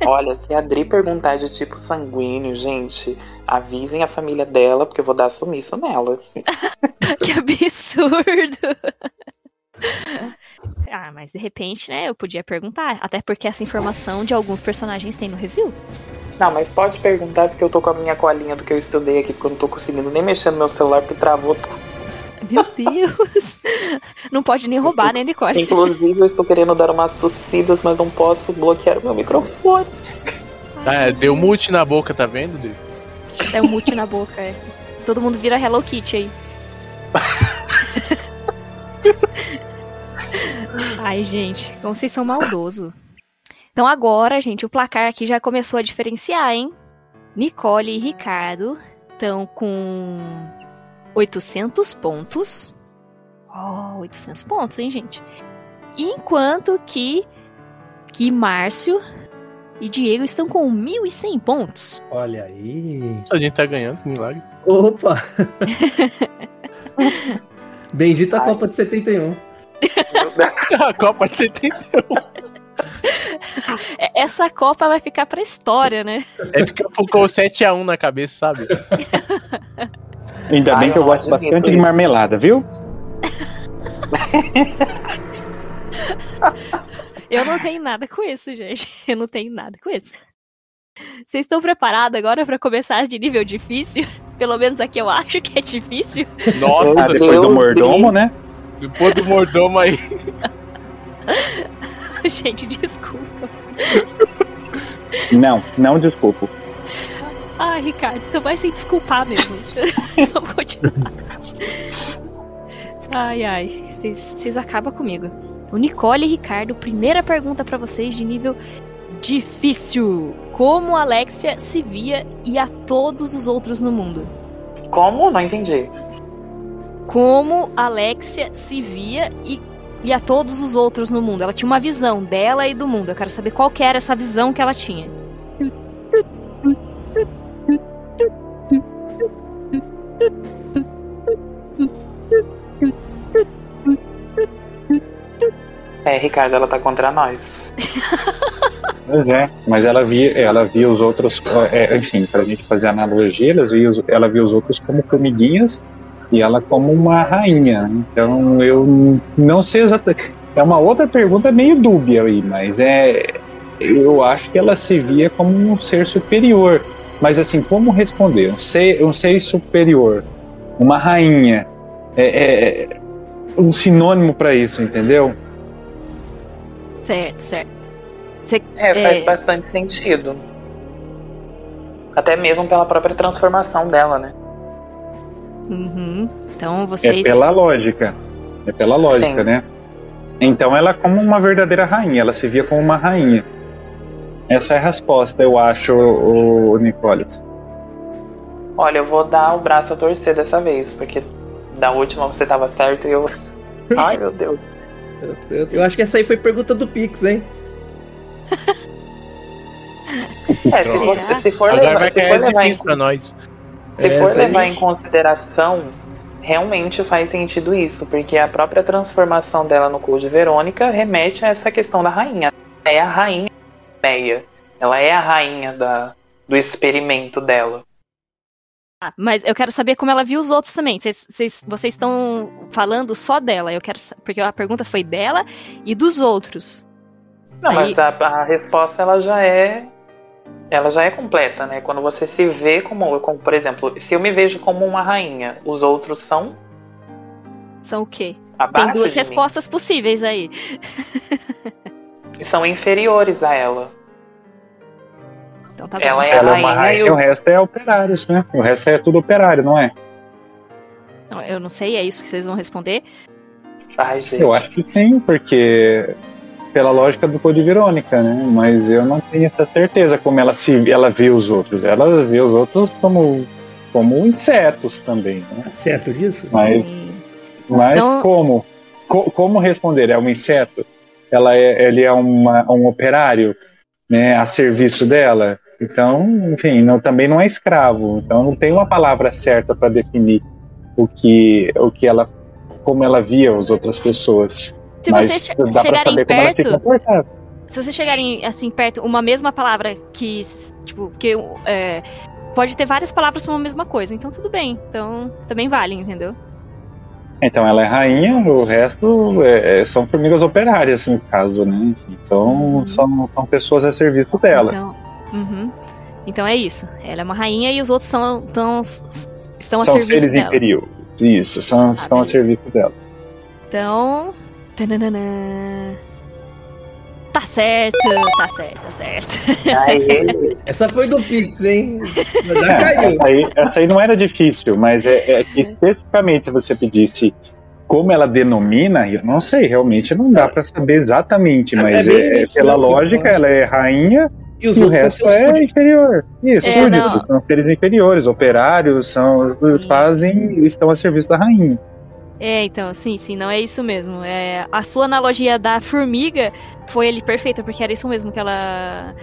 Speaker 5: Olha, se a Adri perguntar de tipo sanguíneo, gente, avisem a família dela, porque eu vou dar sumiço nela.
Speaker 1: Que absurdo! ah, mas de repente, né? Eu podia perguntar. Até porque essa informação de alguns personagens tem no review.
Speaker 5: Não, mas pode perguntar, porque eu tô com a minha colinha do que eu estudei aqui, porque eu não tô conseguindo nem mexer no meu celular, porque travou tudo.
Speaker 1: Meu Deus! Não pode nem roubar, né, Nicole?
Speaker 5: Inclusive, eu estou querendo dar umas tossidas, mas não posso bloquear o meu microfone.
Speaker 6: Ah, é, deu mute na boca, tá vendo? Dave?
Speaker 1: É um mute na boca. é. Todo mundo vira Hello Kitty aí. Ai, gente, como vocês são maldoso. Então agora, gente, o placar aqui já começou a diferenciar, hein? Nicole e Ricardo estão com 800 pontos. Oh, 800 pontos, hein, gente? Enquanto que que Márcio e Diego estão com 1.100 pontos.
Speaker 4: Olha aí.
Speaker 6: A gente tá ganhando, que milagre.
Speaker 4: Opa! Bendita
Speaker 5: Ai.
Speaker 4: Copa de 71.
Speaker 6: A Copa de 70.
Speaker 1: É- Essa Copa vai ficar pra história, né?
Speaker 6: É porque ficou 7x1 na cabeça, sabe?
Speaker 3: Ainda
Speaker 5: Ai,
Speaker 3: bem que eu
Speaker 5: eu
Speaker 3: gosto
Speaker 5: admito
Speaker 3: bastante de
Speaker 5: isso.
Speaker 3: marmelada, viu?
Speaker 1: Eu não tenho nada com isso, gente. Eu não tenho nada com isso. Vocês estão preparados agora pra começar as de nível difícil? Pelo menos aqui eu acho que é difícil.
Speaker 3: Ah,
Speaker 6: Nossa,
Speaker 3: depois do
Speaker 5: Deus,
Speaker 3: mordomo, né?
Speaker 6: depois do mordomo aí.
Speaker 1: Gente, desculpa.
Speaker 3: né? Não, não desculpo.
Speaker 1: Ah, Ricardo, então vai se desculpar mesmo. Vamos continuar. Ai, ai. Vocês vocês acabam comigo. O Nicole e Ricardo, primeira pergunta pra vocês de nível difícil. Como Alexia se via e a todos os outros no mundo?
Speaker 5: Como? Não entendi.
Speaker 1: como Alexia se via e, e a todos os outros no mundo. Ela tinha uma visão dela e do mundo. Eu quero saber qual que era essa visão que ela tinha.
Speaker 5: É, Ricardo, ela tá contra nós.
Speaker 3: Pois é. Mas ela via, ela via os outros, é, enfim, pra gente fazer analogia, elas via os- ela via os outros como formiguinhas e ela como uma rainha. Então eu n- não sei exatamente. É uma outra pergunta meio dúbia aí, mas é. Eu acho que ela se via como um ser superior. Mas assim, como responder? Um ser, um ser superior, uma rainha, é, é, é um sinônimo pra isso, entendeu?
Speaker 1: Certo, certo.
Speaker 5: É, faz
Speaker 1: É.
Speaker 5: bastante sentido. Até mesmo pela própria transformação dela, né?
Speaker 1: Uhum. Então
Speaker 3: É
Speaker 1: vocês.
Speaker 3: pela lógica. É pela lógica,
Speaker 5: Sim.
Speaker 3: né? Então ela como uma verdadeira rainha, ela se via como uma rainha. Essa é a resposta, eu acho, o, o Nicole.
Speaker 5: Olha, eu vou dar o braço a torcer dessa vez, porque da última você tava certo e eu. Ai, meu Deus.
Speaker 4: Eu, eu- eu acho que essa aí foi pergunta do Pix, hein?
Speaker 5: É, se,
Speaker 1: Será?
Speaker 5: você, se for
Speaker 6: Agora
Speaker 5: levar,
Speaker 6: vai
Speaker 5: se
Speaker 6: cair
Speaker 5: for
Speaker 6: esse
Speaker 5: levar em
Speaker 6: difícil pra nós.
Speaker 5: Se
Speaker 4: É,
Speaker 5: for
Speaker 4: essa aí.
Speaker 5: levar em consideração, realmente faz sentido isso, porque a própria transformação dela no Code Verônica remete a essa questão da rainha. É a rainha da ideia. Ela é a rainha da, do experimento dela.
Speaker 1: Ah, Mas eu quero saber como ela viu os outros também. Vocês- Vocês vocês estão falando só dela. Eu quero sa- Porque a pergunta foi dela e dos outros.
Speaker 5: Não,
Speaker 1: Aí-
Speaker 5: mas a, a resposta ela já é ela já é completa, né? Quando você se vê como, como, por exemplo, se eu me vejo como uma rainha, os outros são
Speaker 1: São o quê?
Speaker 5: abaixo
Speaker 1: Tem
Speaker 3: Ah,
Speaker 1: duas
Speaker 5: de mim,
Speaker 1: respostas possíveis aí.
Speaker 5: e são inferiores a ela.
Speaker 1: Então tá bom.
Speaker 5: Ela
Speaker 3: Se
Speaker 5: é a
Speaker 3: ela é uma
Speaker 5: rainha
Speaker 3: rainha,
Speaker 5: e o-
Speaker 3: o resto é operários, né? O resto é tudo operário, não é?
Speaker 1: Não, Eu não sei, é isso que vocês vão responder.
Speaker 5: Ai, gente.
Speaker 3: Eu acho que sim, porque pela lógica do Code Verônica, né? Mas eu não tenho essa certeza como ela se ela vê os outros. Ela vê os outros como como insetos também, né?
Speaker 4: Tá certo disso?
Speaker 3: Mas
Speaker 1: Sim.
Speaker 3: mas
Speaker 1: Então-
Speaker 3: como Co- como responder? É um inseto? Ela é, ele é uma- um operário, né? A serviço dela. Então, enfim, não, também não é escravo. Então, não tem uma palavra certa para definir o que o que ela como ela via as outras pessoas.
Speaker 1: Se
Speaker 3: Mas
Speaker 1: vocês che-
Speaker 3: dá pra
Speaker 1: chegarem
Speaker 3: saber como ela se
Speaker 1: perto,
Speaker 3: comportava.
Speaker 1: se vocês chegarem assim perto, uma mesma palavra que s- tipo que é, pode ter várias palavras para uma mesma coisa, então tudo bem, então também vale, entendeu?
Speaker 3: Então ela é rainha, o resto é- é- são formigas operárias, no caso, né?
Speaker 1: Hum.
Speaker 3: Então são, são pessoas a serviço dela.
Speaker 1: Então, uhum. Então é isso. Ela é uma rainha e os outros são tão- s- estão a
Speaker 3: são
Speaker 1: serviço
Speaker 3: seres
Speaker 1: dela. Ah,
Speaker 3: imperios. Isso, são, estão a
Speaker 1: beleza.
Speaker 3: serviço dela.
Speaker 1: Então. tananana. Tá certo, tá certo, tá certo.
Speaker 5: Aí,
Speaker 4: Essa foi do Pix, hein? Já
Speaker 3: É,
Speaker 4: caiu.
Speaker 3: essa, aí, essa aí não era difícil, mas é, é que
Speaker 1: Uhum.
Speaker 3: especificamente você pedisse como ela denomina, eu não sei, realmente não dá pra saber exatamente,
Speaker 4: É
Speaker 3: mas
Speaker 4: bem
Speaker 3: é-
Speaker 4: isso,
Speaker 3: pela
Speaker 4: né, vocês
Speaker 3: lógica
Speaker 4: falam.
Speaker 3: ela é rainha
Speaker 4: E os
Speaker 3: e o
Speaker 4: outros são
Speaker 3: resto
Speaker 4: seus
Speaker 3: é
Speaker 4: súditos.
Speaker 3: inferior. Isso,
Speaker 1: É,
Speaker 3: súditos,
Speaker 1: não.
Speaker 3: são seres inferiores, operários, são,
Speaker 1: Isso.
Speaker 3: fazem, estão a serviço da rainha.
Speaker 1: É, então, sim, sim, não é isso mesmo. É, a sua analogia da formiga foi ali perfeita, porque era isso mesmo que ela.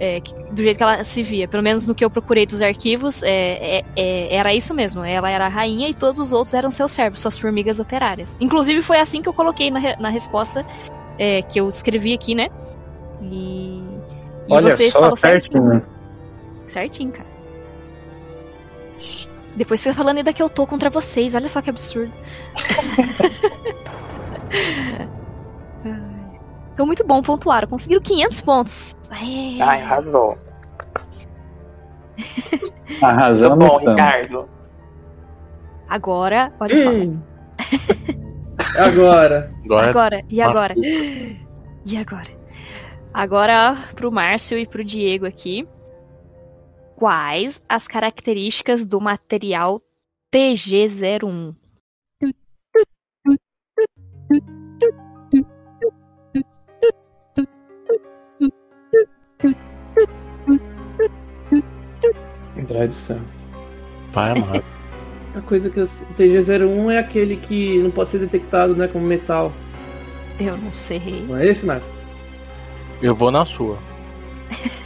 Speaker 1: é, que- do jeito que ela se via. Pelo menos no que eu procurei dos arquivos, é, é- é, era isso mesmo. Ela era a rainha e todos os outros eram seus servos, suas formigas operárias. Inclusive, foi assim que eu coloquei na, re- na resposta é, que eu escrevi aqui, né? E. e
Speaker 3: Olha
Speaker 1: você
Speaker 3: só,
Speaker 1: falou
Speaker 3: certinho.
Speaker 1: certinho. Certinho, cara. Depois fica falando ainda que eu tô contra vocês. Olha só que absurdo. Ai. então, muito bom, pontuaram. Conseguiram 500 pontos. É. Aê.
Speaker 5: ai, arrasou. Tudo
Speaker 3: Arrasamos.
Speaker 5: bom,
Speaker 3: estamos.
Speaker 5: Ricardo?
Speaker 1: Agora, olha só.
Speaker 4: Hum. Agora.
Speaker 6: Agora
Speaker 1: Agora, e
Speaker 6: Ah.
Speaker 1: agora? E agora? Agora, pro Márcio e pro Diego aqui. Quais as características do material TG01?
Speaker 4: Tradição.
Speaker 6: vai, mano.
Speaker 4: A coisa que eu... TG01 é aquele que não pode ser detectado, né, como metal.
Speaker 1: Eu não sei.
Speaker 4: Não é esse, Márcio?
Speaker 6: Eu vou na sua.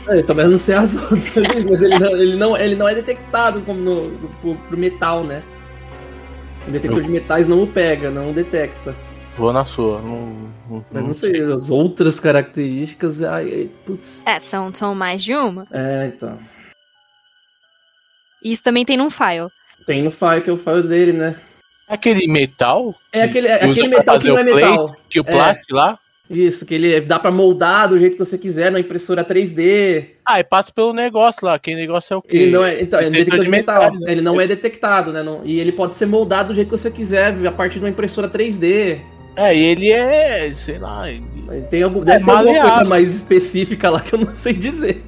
Speaker 4: Ah, Eu também não sei as outras, mas ele não, ele não, ele não é detectado como no, pro, pro metal, né? O detector de metais não o pega, não o detecta.
Speaker 6: Vou na sua. Não, não,
Speaker 4: Mas não sei, as outras características. Ai, ai, putz.
Speaker 1: É, são, são mais de uma.
Speaker 4: É, então.
Speaker 1: E Isso também tem num file.
Speaker 4: Tem no file que é o file dele, né?
Speaker 6: É Aquele metal
Speaker 4: É aquele, é
Speaker 6: Usa
Speaker 4: aquele
Speaker 6: pra
Speaker 4: metal que
Speaker 6: fazer
Speaker 4: não
Speaker 6: o
Speaker 4: é metal.
Speaker 6: que o plat lá.
Speaker 4: Isso, que ele dá pra moldar do jeito que você quiser na impressora 3D.
Speaker 6: Ah, e passa pelo negócio lá. Que negócio é o quê?
Speaker 4: Ele não é, então, é um detector
Speaker 6: Detector de
Speaker 4: de metal.
Speaker 6: metais, né?
Speaker 4: Ele não é detectado, né? Não- e ele pode ser moldado do jeito que você quiser, a partir de uma impressora 3D.
Speaker 6: É, e ele é. Sei lá. ele-
Speaker 4: Tem algum, deve ter alguma
Speaker 6: É maleável.
Speaker 4: coisa mais específica lá que eu não sei dizer.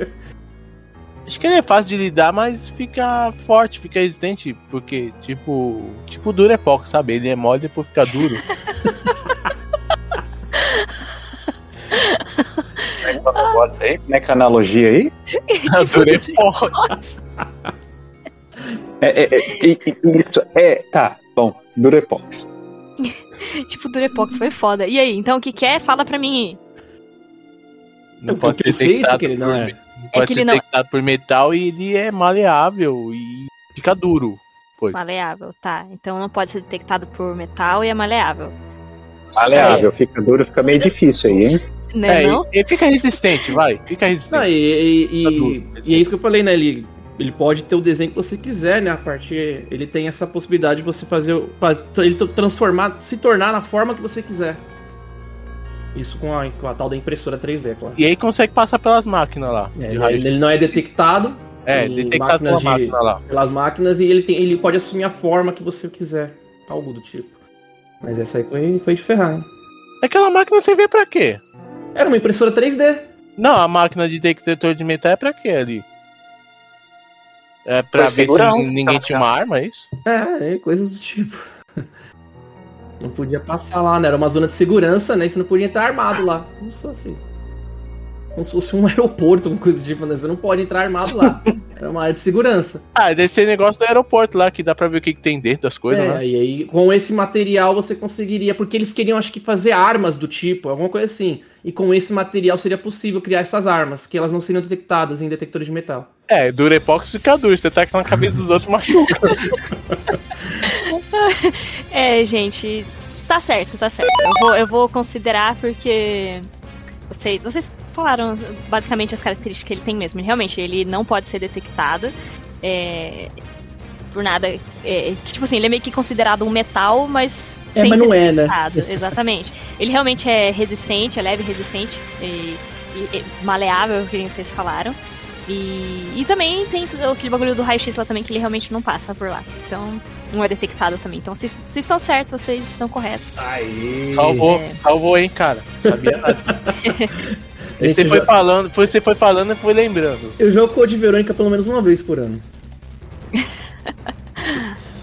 Speaker 6: Acho que ele é fácil de lidar, mas fica forte, fica resistente. Porque, tipo. Tipo, duro é pouco, sabe? Ele é mole e depois fica duro.
Speaker 1: Ah.
Speaker 3: Como
Speaker 5: tá
Speaker 3: é que é a analogia aí?
Speaker 1: Tipo,
Speaker 4: Tipo,
Speaker 6: duro é pouco.
Speaker 3: É, é, é, e- e- isso, é, tá, bom, Durepox.
Speaker 1: tipo, Durepox foi foda. E aí, então o que quer? Fala pra mim. aí.
Speaker 6: Não
Speaker 4: Eu
Speaker 6: pode
Speaker 4: sei
Speaker 6: ser
Speaker 4: isso
Speaker 6: detectado
Speaker 4: que ele não
Speaker 6: por,
Speaker 4: é.
Speaker 6: me- pode
Speaker 1: que
Speaker 6: ser
Speaker 1: ele não-
Speaker 6: detectado por metal e ele é maleável e fica duro.
Speaker 1: Maleável, tá. Então não pode ser detectado por metal e é maleável.
Speaker 3: Maleável, fica duro, fica meio difícil aí, hein?
Speaker 1: Né,
Speaker 6: é,
Speaker 1: não?
Speaker 6: Ele, ele fica resistente, vai. Fica resistente.
Speaker 4: Não, e, e- e-
Speaker 6: Tá duro.
Speaker 4: e é isso que eu falei, né? Ele, ele pode ter o desenho que você quiser, né? A partir. Ele tem essa possibilidade de você fazer. o- faz- ele to- transformar, se tornar na forma que você quiser. Isso com a, com a tal da impressora 3D, é claro.
Speaker 6: E aí consegue passar pelas máquinas lá.
Speaker 4: É,
Speaker 6: de raio
Speaker 4: ele, ele não é detectado
Speaker 6: É,
Speaker 4: em
Speaker 6: detectado pela
Speaker 4: máquinas de-
Speaker 6: máquina lá.
Speaker 4: pelas máquinas e ele, tem, ele pode assumir a forma que você quiser. Algo do tipo. Mas essa aí foi, foi de ferrar, hein?
Speaker 6: Aquela máquina você vê pra quê?
Speaker 4: Era uma impressora 3D.
Speaker 6: Não, a máquina de detector de metal é pra quê ali? É pra
Speaker 5: Pra
Speaker 6: ver se
Speaker 5: segurança, tá
Speaker 6: ninguém tinha uma arma, é isso?
Speaker 4: É, é, coisas do tipo. Não podia passar lá, né? Era uma zona de segurança, né? E você não podia entrar armado lá. Como se fosse. assim. Como se fosse um aeroporto, uma coisa do tipo, né? Você não pode entrar armado lá. Era uma área de segurança.
Speaker 6: Ah, deve ser negócio do aeroporto lá, que dá pra ver o que, que tem dentro das coisas,
Speaker 4: é,
Speaker 6: né?
Speaker 4: E aí, com esse material você conseguiria, porque eles queriam, acho que, fazer armas do tipo, alguma coisa assim. E com esse material seria possível criar essas armas, que elas não seriam detectadas em detectores de metal.
Speaker 6: É, Durepox fica duro, você taca na cabeça dos outros machuca.
Speaker 1: É, gente, tá certo, tá certo. Eu vou, eu vou considerar porque vocês, vocês falaram basicamente as características que ele tem mesmo. Realmente, ele não pode ser detectado. é, por nada. é, que, tipo assim, ele é meio que considerado um metal, mas.
Speaker 4: É,
Speaker 1: tem
Speaker 4: mas não
Speaker 1: ser
Speaker 4: é, né?
Speaker 1: detectado, Exatamente. Ele realmente é resistente, é leve, resistente e, e- e maleável, que nem vocês falaram. E, e também tem esse- aquele bagulho do raio-x lá também, que ele realmente não passa por lá. Então, não é detectado também. Então, vocês vocês estão certos, vocês estão corretos.
Speaker 4: Aí.
Speaker 6: Salvou,
Speaker 1: É.
Speaker 6: salvou, hein, cara. Sabia nada.
Speaker 4: Gente,
Speaker 6: Você
Speaker 4: eu
Speaker 6: foi
Speaker 4: já-
Speaker 6: falando, foi- você foi falando e foi lembrando.
Speaker 4: Eu jogo Code Verônica pelo menos uma vez por ano.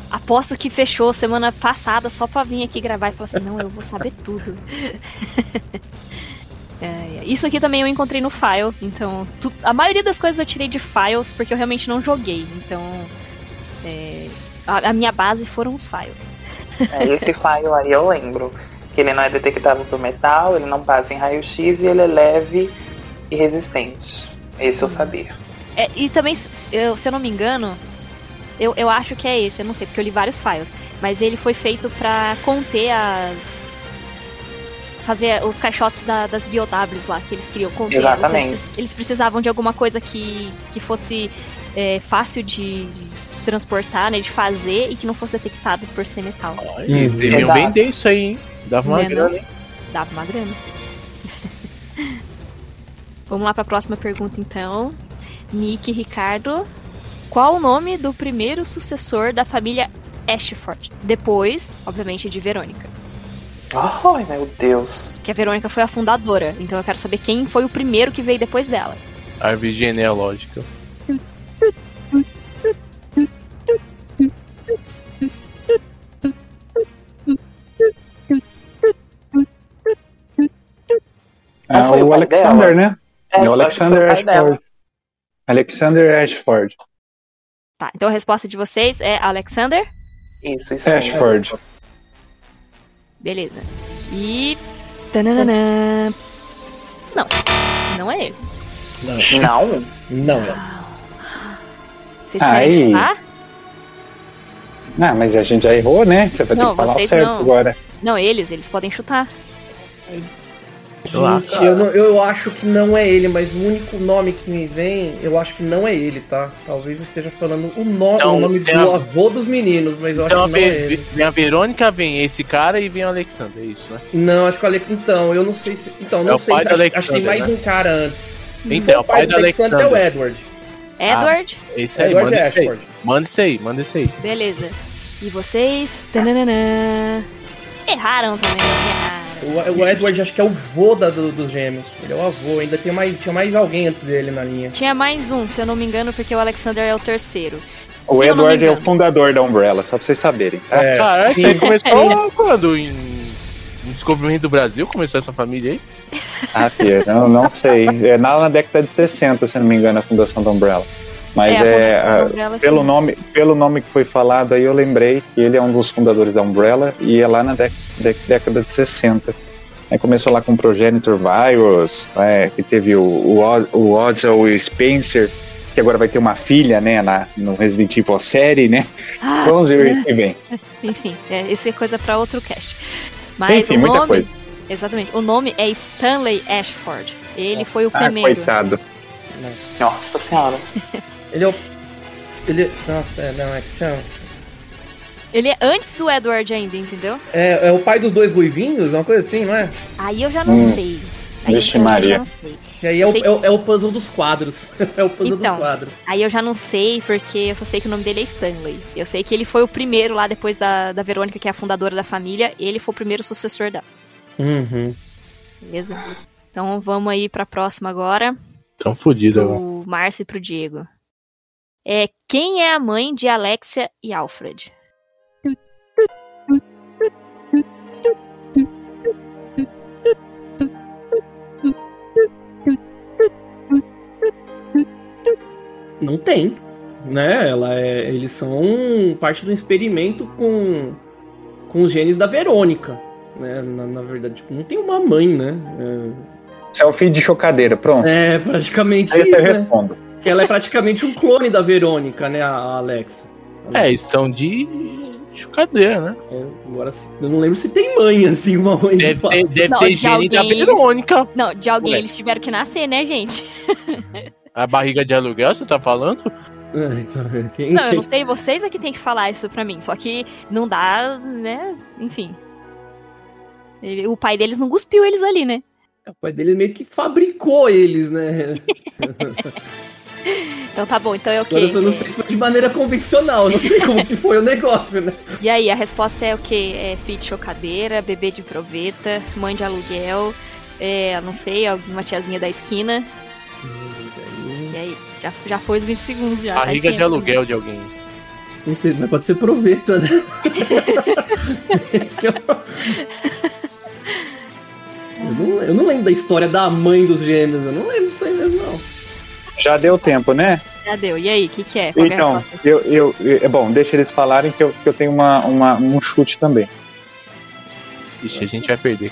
Speaker 1: Aposto que fechou semana passada só pra vir aqui gravar e falar assim: não, eu vou saber tudo. É, isso aqui também eu encontrei no file, então tu- a maioria das coisas eu tirei de files porque eu realmente não joguei, então é, a, a minha base foram os files.
Speaker 5: É, esse file aí eu lembro. Que ele não é detectável por metal, ele não passa em raio-x e ele é leve e resistente. Esse eu sabia.
Speaker 1: É, e também, se se eu, se eu não me engano, eu, eu acho que é esse, eu não sei, porque eu li vários files, mas ele foi feito pra conter as. fazer os caixotes da- das BOWs lá que eles criam. Conter, então
Speaker 5: Exatamente.
Speaker 1: Eles, pre- eles precisavam de alguma coisa que, que fosse é, fácil de, de transportar, né, de fazer e que não fosse detectado por ser metal.
Speaker 6: Olha, Eles
Speaker 4: Uhum.
Speaker 6: deviam
Speaker 5: Exato.
Speaker 6: vender isso aí, hein? Dava uma
Speaker 1: Né, não?
Speaker 6: grana, hein?
Speaker 1: Dava uma grana. Vamos lá pra próxima pergunta, então. Nick e Ricardo, qual o nome do primeiro sucessor da família Ashford? Depois, obviamente, de Verônica.
Speaker 5: Ai, meu Deus.
Speaker 1: Que a Verônica foi a fundadora, então eu quero saber quem foi o primeiro que veio depois dela.
Speaker 6: Árvore genealógica.
Speaker 5: Ah,
Speaker 3: Ah,
Speaker 5: foi o
Speaker 3: o
Speaker 5: pai
Speaker 3: Alexander, né? É o
Speaker 5: só que foi
Speaker 3: Alexander
Speaker 5: o pai dela.
Speaker 3: Ashford. Alexander Ashford.
Speaker 1: Tá, então a resposta de vocês é Alexander?
Speaker 5: Isso, isso mesmo.
Speaker 3: É, Ashford.
Speaker 1: Beleza. E. Tananana. Não, não é ele.
Speaker 5: Não?
Speaker 4: Não,
Speaker 1: Vocês querem
Speaker 3: Aí.
Speaker 1: chutar?
Speaker 3: Ah, mas a gente já errou, né? Você vai ter
Speaker 1: Não,
Speaker 3: que falar o
Speaker 1: vocês
Speaker 3: certo
Speaker 1: não.
Speaker 3: agora.
Speaker 1: Não, eles, eles podem chutar.
Speaker 6: Ah.
Speaker 4: Gente, eu, não- eu acho que não é ele, mas o único nome que me vem, eu acho que não é ele, tá? Talvez eu esteja falando o, no-
Speaker 6: Então,
Speaker 4: o nome
Speaker 6: tem
Speaker 4: do
Speaker 6: a-
Speaker 4: avô dos meninos, mas eu acho
Speaker 6: Então
Speaker 4: que não é
Speaker 6: vem,
Speaker 4: ele.
Speaker 6: vem a Verônica, vem esse cara e vem o Alexander, é isso, né?
Speaker 4: Não, acho que o Ale... Então, eu não sei se. Então, não
Speaker 6: É o
Speaker 4: sei.
Speaker 6: pai
Speaker 4: se-
Speaker 6: do
Speaker 4: acho, acho que tem
Speaker 6: Alexander,
Speaker 4: mais
Speaker 6: né?
Speaker 4: um cara antes. Se
Speaker 6: Então,
Speaker 4: for
Speaker 6: o pai do
Speaker 4: é o
Speaker 6: Alexander.
Speaker 4: Edward.
Speaker 1: Edward?
Speaker 6: Esse aí,
Speaker 4: Edward
Speaker 6: manda isso aí.
Speaker 4: é Ashford.
Speaker 6: Manda isso aí, manda isso aí.
Speaker 1: Beleza. E vocês. Tananana, erraram também, né, erraram.
Speaker 4: O, o Edward acho que é o vô da, do- dos gêmeos. Ele é o avô. Ainda tem mais, tinha mais alguém antes dele na linha.
Speaker 1: Tinha mais um, se eu não me engano, porque o Alexander é o terceiro.
Speaker 3: O
Speaker 1: Se eu não me
Speaker 3: Edward é o
Speaker 1: engano.
Speaker 3: fundador da Umbrella, só pra vocês saberem, tá?
Speaker 4: É,
Speaker 6: Caralho,
Speaker 4: sim.
Speaker 6: isso aí começou quando? Em... no Descobrimento do Brasil começou essa família aí?
Speaker 3: Ah, filho, eu não sei. É na, na década de 60, se eu não me engano, a fundação da Umbrella. Mas
Speaker 1: a
Speaker 3: é,
Speaker 1: fundação
Speaker 3: a-
Speaker 1: da Umbrella, sim.
Speaker 3: pelo, nome, pelo nome que foi falado aí, eu lembrei que ele é um dos fundadores da Umbrella e é lá na dec- dec- década de 60. Aí começou lá com o Progenitor Virus, né, que teve o, o, Oz- o Ozzel e o Spencer, que agora vai ter uma filha, né, na, no Resident Evil a série, né?
Speaker 1: Ah,
Speaker 3: Vamos ver o que vem.
Speaker 1: enfim, é, isso é coisa pra outro cast. Mas
Speaker 3: Enfim,
Speaker 1: o
Speaker 3: muita
Speaker 1: nome.
Speaker 3: coisa.
Speaker 1: Exatamente. O nome é Stanley Ashford. Ele foi o
Speaker 3: Ah,
Speaker 1: primeiro.
Speaker 3: coitado.
Speaker 5: Nossa senhora.
Speaker 4: Ele é o. Ele. Nossa, é, não, é que chama.
Speaker 1: Ele é antes do Edward ainda, entendeu?
Speaker 4: É, é o pai dos dois ruivinhos, é uma coisa assim, não é?
Speaker 1: Aí eu já não
Speaker 3: Hum.
Speaker 1: sei. Aí
Speaker 3: Vixe,
Speaker 1: eu já
Speaker 3: Maria.
Speaker 1: não sei.
Speaker 4: E aí é o,
Speaker 1: Sei-
Speaker 4: é o- é o puzzle dos quadros. É o puzzle
Speaker 1: Então.
Speaker 4: dos quadros.
Speaker 1: Aí eu já não sei, porque eu só sei que o nome dele é Stanley. Eu sei que ele foi o primeiro lá depois da, da Verônica, que é a fundadora da família. Ele foi o primeiro sucessor dela,
Speaker 4: Uhum.
Speaker 1: beleza? Então vamos aí pra próxima agora,
Speaker 6: Tão fodido agora.
Speaker 1: pro Márcio e pro Diego. É, quem é a mãe de Alexia e Alfred?
Speaker 4: não tem, né? Ela é, eles são parte de um experimento com, com os genes da Verônica, né? Na, na verdade, tipo, não tem uma mãe, né?
Speaker 3: Selfie é de chocadeira, pronto.
Speaker 4: É, é praticamente
Speaker 3: Aí
Speaker 4: isso,
Speaker 3: eu
Speaker 4: né?
Speaker 3: respondo.
Speaker 4: Que Ela é praticamente um clone da Verônica, né, a a Alexa.
Speaker 6: É, eles são de chocadeira, né?
Speaker 4: É, agora, se- eu não lembro se tem mãe, assim, uma mãe de
Speaker 6: Deve
Speaker 4: fato.
Speaker 6: ter, deve
Speaker 1: Não,
Speaker 6: ter
Speaker 1: de
Speaker 6: gene da
Speaker 1: alguém eles-
Speaker 6: Verônica.
Speaker 1: Não, de alguém
Speaker 6: Ué.
Speaker 1: eles tiveram que nascer, né, gente?
Speaker 6: A barriga de aluguel, você tá falando?
Speaker 4: Ah, então, quem-
Speaker 1: Não, eu
Speaker 4: quem-
Speaker 1: não sei, vocês é que tem que falar isso pra mim. Só que não dá, né? Enfim. Ele- o pai deles não cuspiu eles ali, né?
Speaker 4: O pai dele meio que fabricou eles, né?
Speaker 1: Então tá bom, então é o
Speaker 4: Agora eu
Speaker 1: quê?
Speaker 4: só não sei se foi de maneira convencional, não sei como que foi o negócio, né?
Speaker 1: E aí, a resposta é o quê? É filho de chocadeira, bebê de proveta, mãe de aluguel, é, não sei, alguma tiazinha da esquina. E aí, já, já foi os 20 segundos já. faz
Speaker 6: Barriga de
Speaker 1: tempo. né?
Speaker 6: aluguel de alguém.
Speaker 4: Não sei, mas pode ser proveta, né? Esse que é o- eu, não, eu não lembro da história da mãe dos gêmeos, eu não lembro disso aí mesmo, não.
Speaker 3: Já deu tempo, né?
Speaker 1: Já deu. E aí, o que, que é? Qual que é a
Speaker 3: Então,
Speaker 1: resposta?
Speaker 3: eu, eu, é bom, deixa eles falarem que eu, que eu tenho uma, uma- um chute também.
Speaker 6: Ixi, a gente vai perder.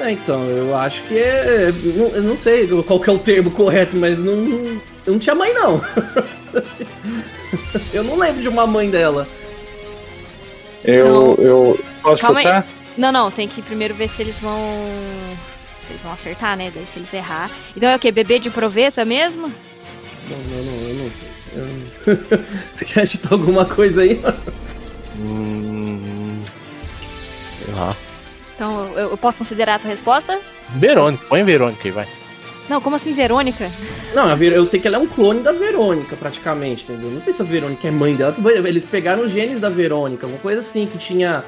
Speaker 4: É, então, eu acho que é. não- eu não sei qual que é o termo correto, mas não. não- Eu não tinha mãe, não. eu não lembro de uma mãe dela.
Speaker 3: Eu, eu posso
Speaker 1: Calma aí.
Speaker 3: chutar?
Speaker 1: Não, não, tem que primeiro ver se eles vão. Se eles vão acertar, né? Daí se eles errar. Então é o quê? Bebê de proveta mesmo?
Speaker 4: Não, não, não, eu não sei. Eu- Você quer chutar alguma coisa aí?
Speaker 6: Hum. Sei lá.
Speaker 1: Então eu, eu posso considerar essa resposta?
Speaker 6: Verônica, põe Verônica aí, vai.
Speaker 1: Não, como assim, Verônica?
Speaker 4: Não, a Ver- eu sei que ela é um clone da Verônica, praticamente, entendeu? Não sei se a Verônica é mãe dela. Eles pegaram os genes da Verônica, alguma coisa assim, que tinha.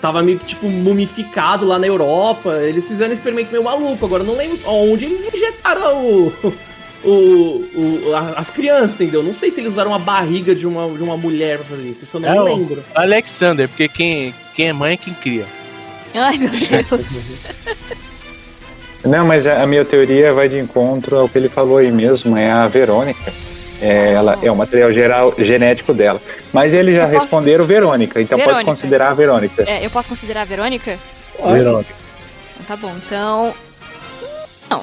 Speaker 4: Tava meio que, tipo, mumificado lá na Europa. Eles fizeram um experimento meio maluco. Agora eu não lembro onde eles injetaram o. o, o- a- as crianças, entendeu? Não sei se eles usaram a barriga de uma, de uma mulher pra fazer isso. Isso eu não
Speaker 6: É, ó.
Speaker 4: lembro.
Speaker 6: Alexander, porque quem, quem é mãe é quem cria.
Speaker 1: Ai, meu Deus.
Speaker 3: Não, mas a a minha teoria vai de encontro ao que ele falou aí mesmo, é a Verônica. É, ela é o material geral, genético dela. Mas eles já
Speaker 1: Ah. Eu posso-
Speaker 3: responderam Verônica, então
Speaker 1: Verônica.
Speaker 3: pode considerar a Verônica.
Speaker 1: É, eu posso considerar a Verônica?
Speaker 6: Verônica.
Speaker 1: Então tá bom, então. Não.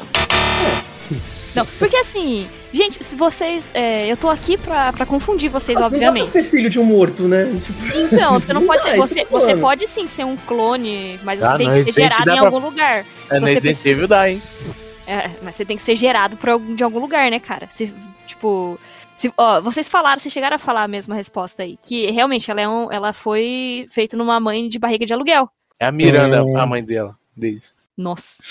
Speaker 1: Não, porque assim, gente, se vocês. é, eu tô aqui pra, pra confundir vocês,
Speaker 4: Não dá
Speaker 1: obviamente.
Speaker 4: pra ser filho de um morto, né? Tipo,
Speaker 1: Então, você não
Speaker 4: Não
Speaker 1: pode
Speaker 4: dá,
Speaker 1: ser.
Speaker 4: isso
Speaker 1: Você,
Speaker 4: que eu tô
Speaker 1: você
Speaker 4: falando.
Speaker 1: pode sim ser um clone, mas você
Speaker 6: Ah,
Speaker 1: tem
Speaker 6: não,
Speaker 1: que
Speaker 6: isso
Speaker 1: ser
Speaker 6: tem que
Speaker 1: gerado
Speaker 6: dar
Speaker 1: em
Speaker 6: pra-
Speaker 1: algum lugar.
Speaker 6: É no
Speaker 1: Você
Speaker 6: Resident
Speaker 1: precisa-
Speaker 6: Evil dá, hein?
Speaker 1: É, mas você tem que ser gerado por algum, de algum lugar, né, cara? Se, tipo. Se, ó, vocês falaram, vocês chegaram a falar a mesma resposta aí. Que realmente ela, é um, ela foi feita numa mãe de barriga de aluguel.
Speaker 6: É a Miranda, a mãe dela. Desde.
Speaker 1: Nossa.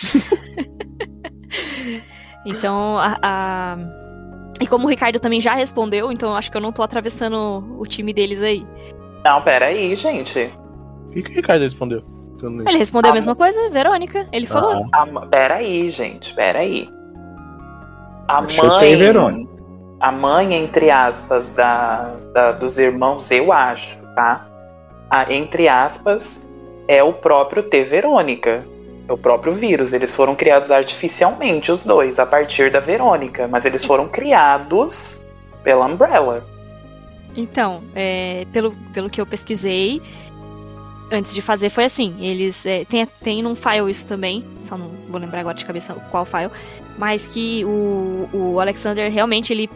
Speaker 1: então, a, a- E como o Ricardo também já respondeu, então eu acho que eu não tô atravessando o time deles aí.
Speaker 5: Não, peraí, gente.
Speaker 6: O que, que o Ricardo respondeu? Que eu não lembro.
Speaker 1: Ele respondeu a
Speaker 5: Ah,
Speaker 1: mesma coisa, Verônica. Ele falou.
Speaker 5: A, ma- peraí, gente, peraí. A
Speaker 3: Eu
Speaker 5: mãe.
Speaker 3: chutei Verônica.
Speaker 5: A mãe, entre aspas, da, da- dos irmãos, eu acho, tá? A- entre aspas, é o próprio T. Verônica. É o próprio vírus. Eles foram criados artificialmente, os dois, a partir da Verônica. Mas eles foram criados pela Umbrella.
Speaker 1: Então, é, pelo, pelo que eu pesquisei, antes de fazer foi assim. Eles. é, tem, tem num file isso também, só não vou lembrar agora de cabeça qual file. Mas que o, o Alexander realmente ele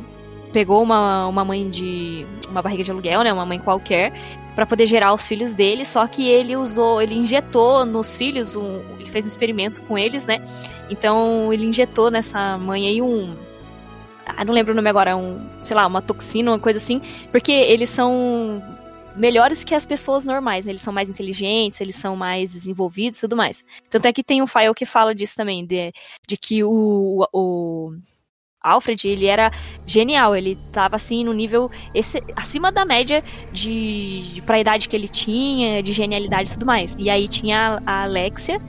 Speaker 1: pegou uma, uma mãe de. uma barriga de aluguel, né? Uma mãe qualquer, pra poder gerar os filhos dele. Só que ele usou, ele injetou nos filhos, um, ele fez um experimento com eles, né? Então ele injetou nessa mãe aí um. Ah, não lembro o nome agora, um, sei lá, uma toxina, uma coisa assim, porque eles são melhores que as pessoas normais, né? Eles são mais inteligentes, eles são mais desenvolvidos e tudo mais. Tanto é que tem um file que fala disso também, de, de que o, o Alfred, ele era genial, ele tava assim no nível esse- acima da média de pra idade que ele tinha, de genialidade e tudo mais. E aí tinha a, a Alexia,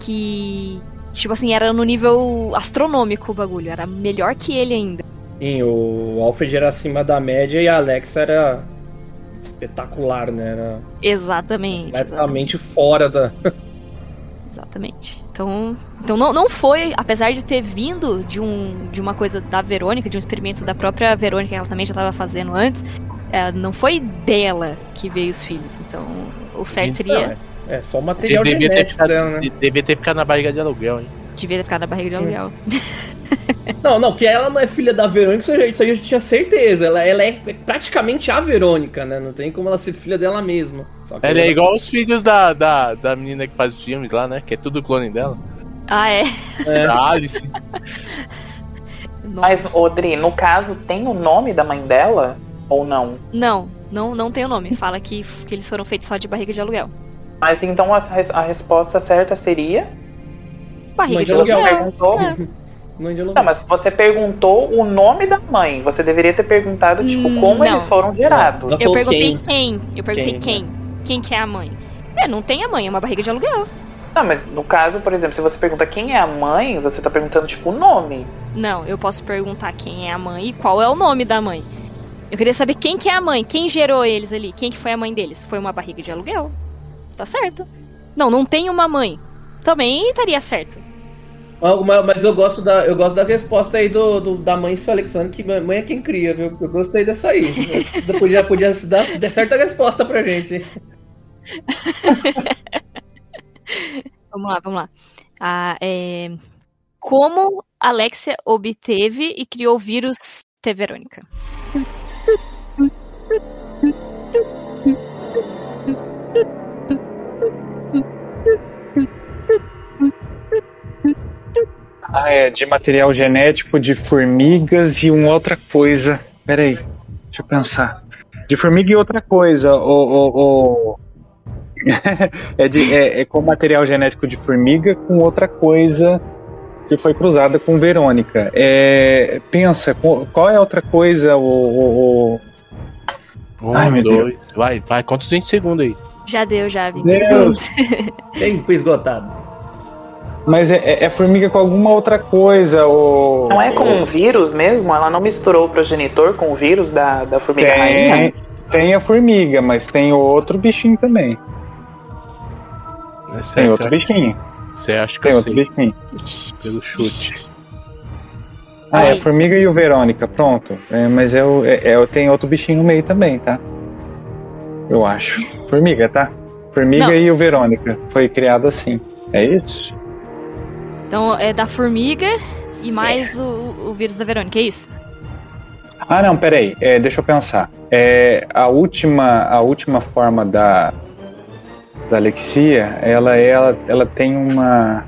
Speaker 1: que tipo assim, era no nível astronômico o bagulho, era melhor que ele ainda.
Speaker 4: Sim, o Alfred era acima da média e a Alexa era espetacular, né? Era
Speaker 1: Exatamente. exatamente.
Speaker 4: completamente fora da.
Speaker 1: Exatamente. Então, então não, não foi, apesar de ter vindo de, um, de uma coisa da Verônica, de um experimento da própria Verônica, que ela também já estava fazendo antes, é, não foi dela que veio os filhos. Então, o certo seria.
Speaker 4: Então, é, é só o
Speaker 6: Ele
Speaker 4: material
Speaker 6: devia ter,
Speaker 4: genético
Speaker 6: ficado,
Speaker 4: dela, né?
Speaker 6: de- devia ter ficado na barriga de aluguel, hein?
Speaker 1: Devia ter ficado na barriga de aluguel.
Speaker 6: assim.
Speaker 4: Não, não, que ela não é filha da Verônica, isso aí- isso aí eu já tinha certeza. Ela, ela é praticamente a Verônica, né? Não tem como ela ser filha dela mesma. Só que
Speaker 6: Ela é igual os filhos da, da, da menina que faz os filmes lá, né? Que é tudo clone dela.
Speaker 1: Ah, é.
Speaker 4: É.
Speaker 6: Da Alice.
Speaker 1: Nossa.
Speaker 5: Mas, Odri, no caso, tem o nome da mãe dela? Ou não?
Speaker 1: Não, não, não tem o nome. Fala que, f- que eles foram feitos só de barriga de aluguel.
Speaker 5: Mas então a, res- a resposta certa seria.
Speaker 1: Barriga
Speaker 4: Mas
Speaker 1: de
Speaker 4: de
Speaker 5: Você
Speaker 4: aluguel.
Speaker 1: aluguel.
Speaker 5: perguntou.
Speaker 1: É.
Speaker 4: Mãe de
Speaker 5: Não,
Speaker 4: aluguel.
Speaker 5: mas você perguntou o nome da mãe. Você deveria ter perguntado, tipo,
Speaker 1: Hum,
Speaker 5: como
Speaker 1: não.
Speaker 5: eles foram gerados.
Speaker 4: Não.
Speaker 1: Eu
Speaker 4: Ou
Speaker 1: perguntei
Speaker 4: quem?
Speaker 1: quem. Eu perguntei
Speaker 5: Quem,
Speaker 1: quem. Quem que é a mãe? É, não tem a mãe, é uma barriga de aluguel.
Speaker 5: Não, mas no caso, por exemplo, se você pergunta quem é a mãe, você tá perguntando, tipo, o nome.
Speaker 1: Não, eu posso perguntar quem é a mãe e qual é o nome da mãe. Eu queria saber quem que é a mãe, quem gerou eles ali, quem que foi a mãe deles. Foi uma barriga de aluguel. Tá certo. Não, não tem uma mãe. Também estaria certo.
Speaker 4: Ah, Mas, mas eu gosto da eu gosto da resposta aí do, do- da mãe seu Alexandre, que mãe é quem cria, viu? Eu gostei dessa aí. Eu podia podia se dar, se der certa resposta pra gente.
Speaker 1: Vamos lá, vamos lá. Ah, é... Como Alexia obteve e criou o vírus T. Verônica?
Speaker 3: Ah, é, de material genético de formigas e uma outra coisa. Peraí, deixa eu pensar. De formiga e outra coisa, o. o- o- é, de- é- é com material genético de formiga com outra coisa que foi cruzada com Verônica. É, pensa, co- qual é a outra coisa, o. o- o-
Speaker 6: Um,
Speaker 3: Ai, meu
Speaker 6: dois. Vai, vai. Quantos 20 segundos aí?
Speaker 1: Já deu, já, 20
Speaker 3: Meu
Speaker 1: segundos.
Speaker 4: Tempo esgotado.
Speaker 3: Mas é, é- é formiga com alguma outra coisa, o.
Speaker 5: Não é com um vírus mesmo? Ela não misturou o progenitor com o vírus da, da formiga rainha?
Speaker 3: Tem, tem a formiga, mas tem o outro bichinho também.
Speaker 6: Você
Speaker 3: Tem
Speaker 6: acha-
Speaker 3: outro bichinho.
Speaker 6: é Você acha que
Speaker 3: Tem
Speaker 6: eu
Speaker 3: outro
Speaker 6: sei
Speaker 3: bichinho.
Speaker 6: pelo chute?
Speaker 3: Ah, é
Speaker 1: Aí.
Speaker 3: a Formiga e o Verônica, pronto. É, mas eu, é, é, eu tenho outro bichinho no meio também, tá? Eu acho. Formiga, tá? Formiga
Speaker 1: Não.
Speaker 3: e o Verônica. Foi criado assim. É isso?
Speaker 1: Então é da formiga e mais o, o vírus da Verônica, é isso?
Speaker 3: Ah, não, peraí. É, deixa eu pensar. É, a, última, a última forma da, da Alexia, ela, é- ela, ela tem uma.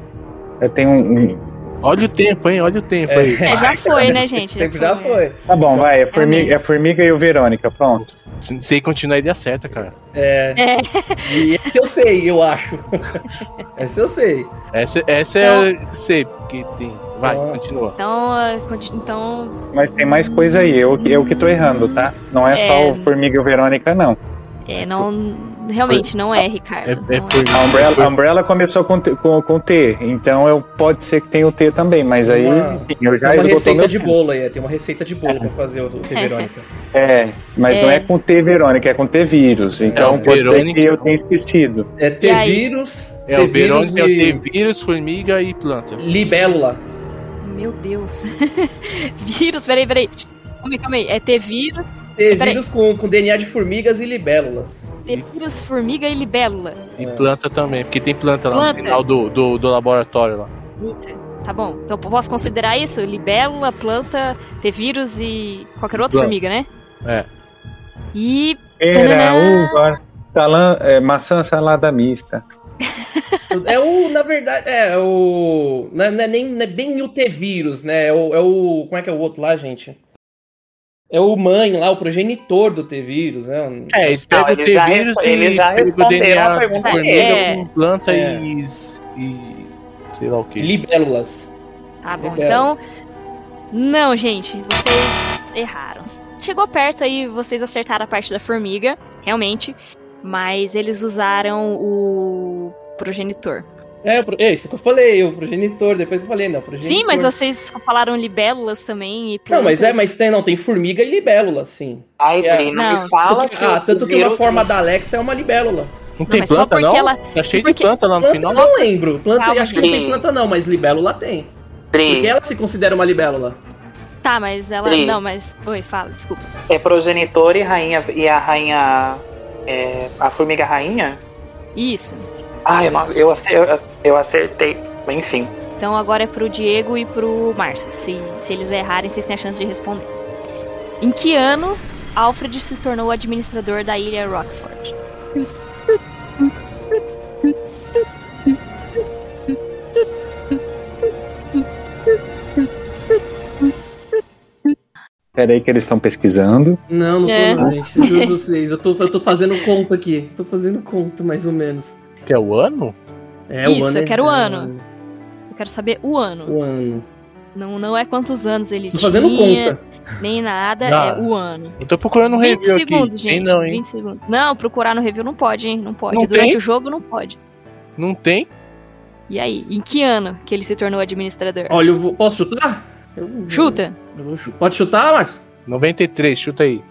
Speaker 3: Ela tem um. um-
Speaker 6: Olha o tempo, hein? Olha o tempo aí.
Speaker 1: É, já foi, né, gente?
Speaker 4: Tempo já foi.
Speaker 3: Tá bom, vai. É formiga,
Speaker 1: mesmo.
Speaker 3: é formiga e o Verônica, pronto.
Speaker 6: Se se ele continuar, ele acerta, cara.
Speaker 4: É. E esse eu sei, eu acho. Esse eu sei.
Speaker 6: Essa, essa é. Sei, porque tem. Vai,
Speaker 4: Então-
Speaker 6: continua.
Speaker 1: Então, é, conti- então
Speaker 3: Mas tem mais coisa aí. Eu, eu que tô errando, tá? Não é, só
Speaker 1: É.
Speaker 3: o Formiga e o Verônica, não.
Speaker 1: é, não, realmente não é, Ricardo.
Speaker 6: É, é
Speaker 1: não
Speaker 6: formiga.
Speaker 3: A Umbrella, a Umbrella começou com, T- com, com T, então eu, pode ser que tenha o T também, mas aí
Speaker 4: Uma-
Speaker 3: enfim, eu já
Speaker 4: Tem uma
Speaker 3: esgotou
Speaker 4: receita
Speaker 3: meu
Speaker 4: de
Speaker 3: tempo.
Speaker 4: bolo aí, tem uma receita de
Speaker 6: É.
Speaker 4: bolo pra fazer o do T. Verônica.
Speaker 3: É, mas
Speaker 1: É.
Speaker 3: não é com T Verônica, é com T vírus. Então
Speaker 6: o
Speaker 3: pode
Speaker 6: Verônica.
Speaker 3: ser que eu tenha esquecido.
Speaker 4: É
Speaker 1: E
Speaker 4: T
Speaker 1: aí?
Speaker 4: vírus,
Speaker 6: É
Speaker 4: T
Speaker 3: um
Speaker 6: o
Speaker 4: vírus
Speaker 6: Verônica,
Speaker 4: e
Speaker 6: tem vírus, formiga e planta.
Speaker 4: libélula.
Speaker 1: é. Meu Deus. vírus, peraí, peraí. Calma aí, calma aí. É ter vírus,
Speaker 4: T
Speaker 1: Peraí.
Speaker 4: vírus com, com DNA de formigas e libélulas.
Speaker 1: ter vírus, formiga e libélula.
Speaker 6: E planta também, porque tem planta lá
Speaker 1: Planta.
Speaker 6: no final do, do, do laboratório lá.
Speaker 1: Eita, tá bom. Então posso considerar isso? Libélula, planta, ter vírus e qualquer outra
Speaker 6: Planta.
Speaker 1: formiga, né?
Speaker 6: É.
Speaker 1: E
Speaker 3: Era
Speaker 1: Tadã!
Speaker 3: uva, salã, é, maçã salada mista.
Speaker 4: É o, na verdade, é o. Não é, não é nem, não é bem o T vírus, né? É o, é o. Como é que é o outro lá, gente? É o mãe lá, o progenitor do T vírus, né?
Speaker 6: É, eles pegam
Speaker 5: Não,
Speaker 6: o
Speaker 5: eles já
Speaker 6: T-vírus
Speaker 5: respo-
Speaker 6: e
Speaker 5: eles já
Speaker 6: pegam o
Speaker 5: responderam
Speaker 6: DNA
Speaker 5: a pergunta
Speaker 6: com
Speaker 1: dele.
Speaker 6: formiga com planta
Speaker 4: É.
Speaker 6: e, e. sei lá o que.
Speaker 4: Libélulas.
Speaker 1: Tá bom,
Speaker 4: Libera.
Speaker 1: então. Não, gente, vocês erraram. Chegou perto aí, vocês acertaram a parte da formiga, realmente. Mas eles usaram o progenitor.
Speaker 4: É, o pro- é, isso que eu falei, o progenitor, depois eu falei, não, progenitor.
Speaker 1: Sim, mas vocês falaram libélulas também e
Speaker 4: Não, mas é,
Speaker 1: plantas.
Speaker 4: mas tem, não, tem formiga e libélula, sim.
Speaker 5: Ai,
Speaker 4: É.
Speaker 5: Dri, não,
Speaker 1: Não,
Speaker 5: me fala
Speaker 4: Tanto que-
Speaker 5: que
Speaker 4: ah,
Speaker 5: o
Speaker 4: tanto que uma
Speaker 5: vírus-
Speaker 4: forma da Alexa é uma libélula.
Speaker 6: Não tem
Speaker 1: mas só
Speaker 6: planta,
Speaker 1: porque
Speaker 6: não?
Speaker 1: ela.
Speaker 6: Tá cheio
Speaker 1: porque-
Speaker 6: de planta lá no
Speaker 4: Planta,
Speaker 6: final.
Speaker 4: eu não lembro. Planta,
Speaker 1: Calma,
Speaker 4: acho que não tem
Speaker 5: Dri.
Speaker 4: planta não, mas libélula tem. Porque
Speaker 5: Dri,
Speaker 4: ela se considera uma libélula.
Speaker 1: Tá, mas ela.
Speaker 5: Sim.
Speaker 1: Não, mas. Oi, fala, desculpa.
Speaker 5: é progenitor e rainha e a rainha. é, a formiga rainha?
Speaker 1: Isso.
Speaker 5: Ah, eu, não- eu, acer- eu acer- eu acertei. Enfim.
Speaker 1: Então agora é pro Diego e pro Márcio. Se, se eles errarem, vocês têm a chance de responder. Em que ano Alfred se tornou administrador da ilha Rockford?
Speaker 3: Pera aí que eles estão pesquisando.
Speaker 4: Não, não
Speaker 1: É.
Speaker 4: tô não, gente. Juro pra vocês. Eu tô, eu tô fazendo conta aqui. Tô fazendo conta, mais ou menos.
Speaker 6: Que é o ano?
Speaker 4: É,
Speaker 1: Isso, eu quero o
Speaker 4: é-
Speaker 1: ano. Eu quero saber o ano.
Speaker 4: O ano.
Speaker 1: Não, não é quantos anos ele
Speaker 4: Tô fazendo
Speaker 1: tinha,
Speaker 4: conta.
Speaker 1: nem nada,
Speaker 6: Cara,
Speaker 1: é o ano.
Speaker 6: Eu tô procurando um
Speaker 1: 20
Speaker 6: review aqui.
Speaker 1: segundos,
Speaker 6: Tem
Speaker 1: gente.
Speaker 6: não, hein?
Speaker 1: 20 segundos. Não, procurar no review não pode, hein? Não pode.
Speaker 6: Não
Speaker 1: Durante
Speaker 6: tem?
Speaker 1: o jogo não pode.
Speaker 6: Não tem?
Speaker 1: E aí, em que ano que ele se tornou administrador?
Speaker 4: Olha, eu vou, posso chutar? Eu-
Speaker 1: Chuta!
Speaker 4: eu vou chu- Pode chutar, Márcio?
Speaker 6: 93, chuta aí.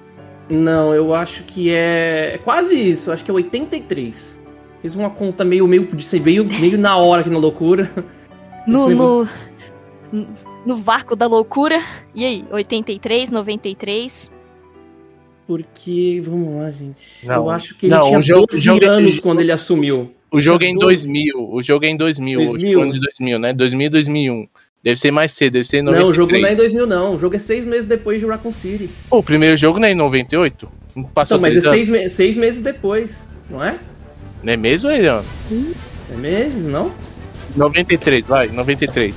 Speaker 4: Não, eu acho que é. é quase isso, acho que é 83. Fiz uma conta meio, meio de ser meio, meio na hora aqui na loucura.
Speaker 1: No,
Speaker 4: Esse
Speaker 1: no, no vácuo da loucura. E aí, 83, 93?
Speaker 4: Porque. Vamos lá, gente.
Speaker 6: Não.
Speaker 4: Eu acho que ele
Speaker 6: Não,
Speaker 4: tinha
Speaker 6: o jogo-
Speaker 4: 12
Speaker 6: o jogo- é
Speaker 4: anos quando ele assumiu.
Speaker 6: O jogo é em
Speaker 4: Doze.
Speaker 6: 2000. O jogo é em 2000.
Speaker 4: 2000.
Speaker 6: O ano de 2000, né? 2000 e 2001. Deve ser mais cedo, deve ser em 93.
Speaker 4: Não, o jogo não é em 2000, não. O jogo é seis meses depois de Raccoon City.
Speaker 6: Pô, o primeiro jogo não é em 98? Não passou
Speaker 4: Então, mas é
Speaker 6: três anos?
Speaker 4: seis, me- seis meses depois, não é?
Speaker 6: Não é mesmo, Eliano?
Speaker 4: É meses, não?
Speaker 6: 93, vai, 93.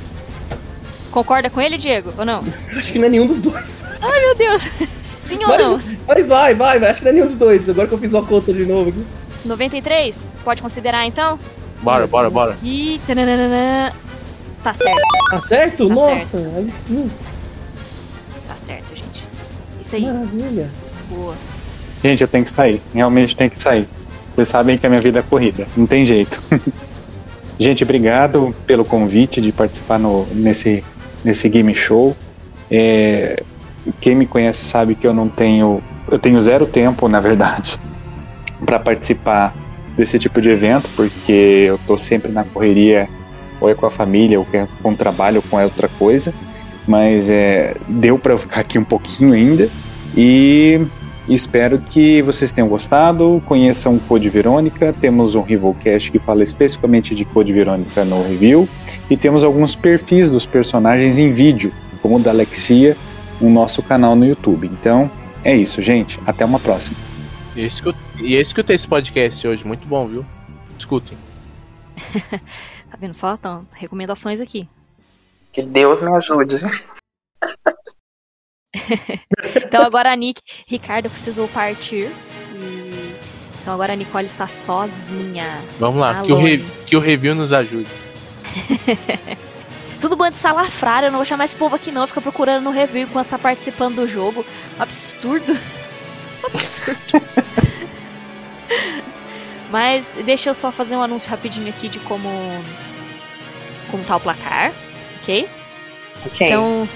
Speaker 1: Concorda com ele, Diego? Ou não?
Speaker 4: Acho que não é nenhum dos dois.
Speaker 1: Meu Deus! Sim ou
Speaker 4: Vai.
Speaker 1: não?
Speaker 4: Mas vai, vai, vai. Acho que não é nenhum dos dois. Agora que eu fiz uma conta de novo aqui.
Speaker 1: 93? Pode considerar então?
Speaker 6: Bora, bora, bora.
Speaker 1: E. tananana. Tá certo,
Speaker 4: Tá certo?
Speaker 1: Tá
Speaker 4: Nossa, aí sim.
Speaker 1: tá certo, gente. Isso aí,
Speaker 4: Ah. Maravilha.
Speaker 1: boa.
Speaker 3: Gente, eu tenho que sair. Realmente tenho que sair. Vocês sabem que a minha vida é corrida. Não tem jeito. Gente, obrigado pelo convite de participar no, nesse, nesse game show. É, quem me conhece sabe que eu não tenho. Eu tenho zero tempo, na verdade, para participar desse tipo de evento, porque eu tô sempre na correria, ou é com a família, ou é com o trabalho, ou com outra coisa. Mas é, deu para ficar aqui um pouquinho ainda. E Espero que vocês tenham gostado, conheçam o Code Verônica, temos um Rivalcast que fala especificamente de Code Verônica no review, e temos alguns perfis dos personagens em vídeo, como o da Alexia, no nosso canal no YouTube. Então, é isso, gente. Até uma próxima.
Speaker 6: E eu escutei, e eu escutei esse podcast hoje, muito bom, viu? Escutem.
Speaker 1: Tá vendo só? Então, recomendações aqui.
Speaker 5: Que Deus me ajude.
Speaker 1: Então agora a Nick. Ricardo precisou partir. E. Então agora a Nicole está sozinha.
Speaker 6: Vamos lá,
Speaker 1: Alô.
Speaker 6: que o, re- que o review nos ajude.
Speaker 1: Tudo bando de salafrário, eu não vou chamar esse povo aqui não, fica procurando no review enquanto tá participando do jogo. Absurdo. Absurdo. Mas deixa eu só fazer um anúncio rapidinho aqui de como como tá o placar, OK?
Speaker 5: Ok.
Speaker 1: Então,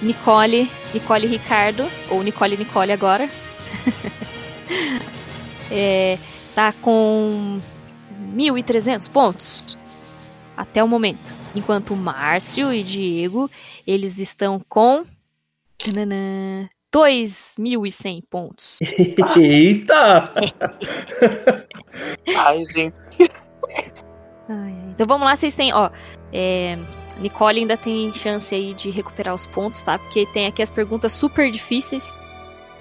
Speaker 1: Nicole, Nicole Ricardo, ou Nicole Nicole agora. É, tá com 1.300 pontos até o momento. Enquanto Márcio e Diego, eles estão com tananã, 2.100 pontos.
Speaker 4: Eita!
Speaker 5: Ai, gente.
Speaker 1: Ai, ai. Então vamos lá, vocês têm, ó. é, Nicole ainda tem chance aí de recuperar os pontos, tá? Porque tem aqui as perguntas super difíceis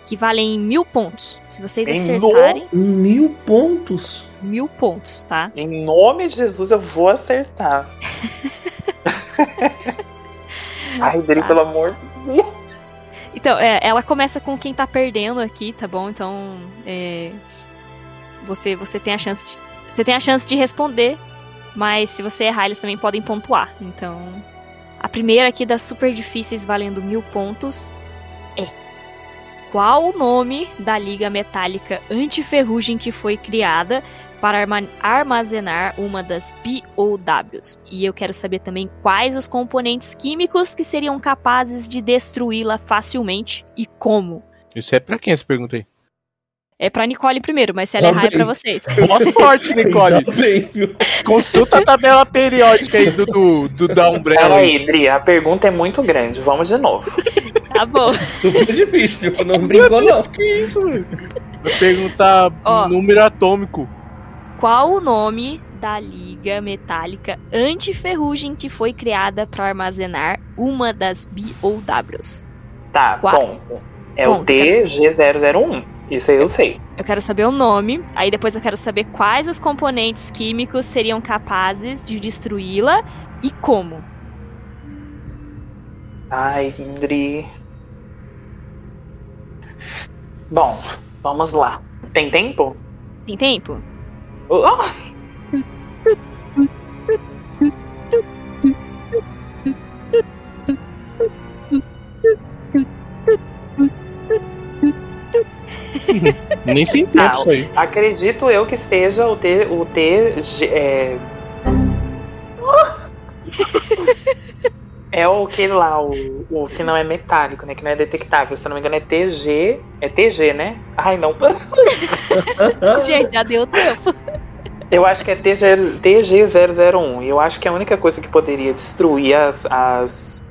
Speaker 1: que valem mil pontos. Se vocês
Speaker 5: Em
Speaker 1: acertarem,
Speaker 4: Mil pontos.
Speaker 1: mil pontos, tá?
Speaker 5: Em nome de Jesus, eu vou acertar. Ai, Dri, pelo amor de Deus.
Speaker 1: Então, é, ela começa com quem tá perdendo aqui, tá bom? Então, é, você, você tem a chance de, você tem a chance de responder, mas se você errar, eles também podem pontuar. Então, a primeira aqui das super difíceis valendo mil pontos é qual o nome da liga metálica antiferrugem que foi criada para arma- armazenar uma das BOWs? E eu quero saber também quais os componentes químicos que seriam capazes de destruí-la facilmente e como.
Speaker 6: Isso é pra quem essa pergunta aí?
Speaker 1: É pra Nicole primeiro, mas se ela
Speaker 4: Tá
Speaker 1: errar é
Speaker 4: bem.
Speaker 1: pra vocês.
Speaker 6: Boa sorte, Nicole.
Speaker 4: Tá bem, viu?
Speaker 6: Consulta a tabela periódica aí do, do, do da Umbrella. aí.
Speaker 5: Peraí, Dri, a pergunta é muito grande. Vamos de novo.
Speaker 1: Tá bom.
Speaker 4: Super difícil. Não brincou, não.
Speaker 6: Que isso, velho? Vou perguntar
Speaker 1: Ó.
Speaker 6: número atômico.
Speaker 1: Qual o nome da liga metálica antiferrugem que foi criada pra armazenar uma das BOWs?
Speaker 5: Tá,
Speaker 1: Quatro.
Speaker 5: ponto. É o
Speaker 1: Ponto, quer
Speaker 5: DG001. Isso aí eu sei.
Speaker 1: Eu quero saber o nome, aí depois eu quero saber quais os componentes químicos seriam capazes de destruí-la e como.
Speaker 5: Ai, Dri. Bom, vamos lá. Tem tempo?
Speaker 1: Tem tempo?
Speaker 5: Oh!
Speaker 6: Nem sem tempo
Speaker 5: Tá,
Speaker 6: isso aí.
Speaker 5: Acredito eu que seja o T. O T. G- É... é o que lá, o, o que não é metálico, né? Que não é detectável. Se eu não me engano, é TG. É TG, né? Ai, não.
Speaker 1: Gente, já deu tempo.
Speaker 5: Eu acho que é TG, TG001. E um. eu acho que é a única coisa que poderia destruir as. as,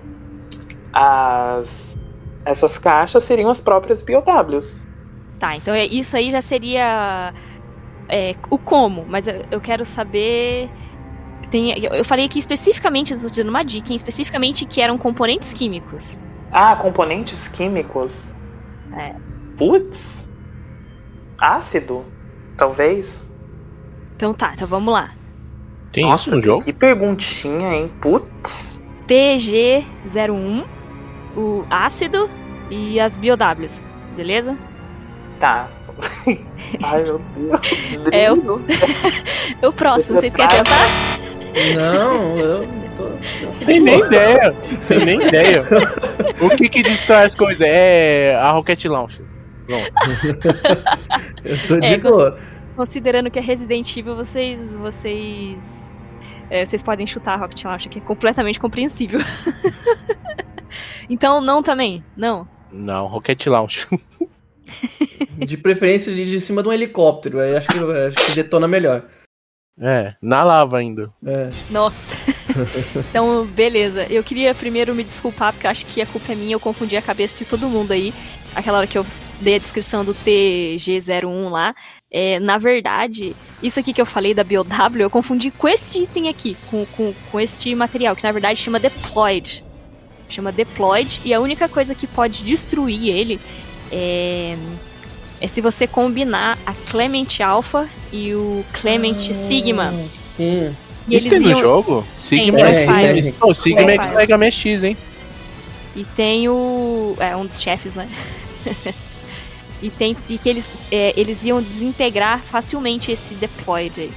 Speaker 5: as essas caixas seriam as próprias BOWs.
Speaker 1: Tá, então é- isso aí já seria é, o como, mas eu, eu quero saber. tem- eu, eu falei aqui especificamente, estou dando uma dica, hein, especificamente que eram componentes químicos.
Speaker 5: Ah, componentes químicos?
Speaker 1: É.
Speaker 5: Putz. Ácido? Talvez?
Speaker 1: Então tá, então vamos lá.
Speaker 6: Tem
Speaker 5: Nossa,
Speaker 6: isso no jogo?
Speaker 5: Que perguntinha, hein? Putz.
Speaker 1: TG01, o ácido e as BioWs, beleza?
Speaker 5: Tá. Ai, meu Deus.
Speaker 1: É o-
Speaker 5: Deus do céu.
Speaker 1: O próximo, vocês querem
Speaker 5: Praia.
Speaker 1: tentar?
Speaker 4: Não, eu não tô.
Speaker 6: Tem nem ideia. Tem nem ideia. O que que destrói as coisas? É a Rocket Launcher.
Speaker 4: Eu tô de
Speaker 1: É,
Speaker 4: boa.
Speaker 1: Considerando que é Resident Evil, vocês. vocês. é, vocês podem chutar a Rocket Launcher, que é completamente compreensível. então, não também, não.
Speaker 6: Não, Rocket Launcher.
Speaker 4: De preferência de, de cima de um helicóptero. Aí acho que, acho que detona melhor.
Speaker 6: É, na lava ainda.
Speaker 4: É.
Speaker 1: Nossa. então, beleza. Eu queria primeiro me desculpar, porque eu acho que a culpa é minha, eu confundi a cabeça de todo mundo aí. Aquela hora que eu dei a descrição do TG01 lá. É, na verdade, isso aqui que eu falei da BOW, eu confundi com este item aqui, com, com, com este material, que na verdade chama Deployed. Chama Deployed, e a única coisa que pode destruir ele é. É se você combinar a Clement Alpha e o Clement Sigma.
Speaker 4: Hum.
Speaker 1: E
Speaker 6: Ah, isso tem no jogo? Sigma
Speaker 1: tem,
Speaker 6: é,
Speaker 4: tem,
Speaker 6: é,
Speaker 4: tem.
Speaker 6: Pô, Sigma é
Speaker 1: Tem.
Speaker 6: que pega Mega X, hein?
Speaker 1: E tem o. É, um dos chefes, né? e tem. E que eles, é, eles iam desintegrar facilmente esse deployed aí.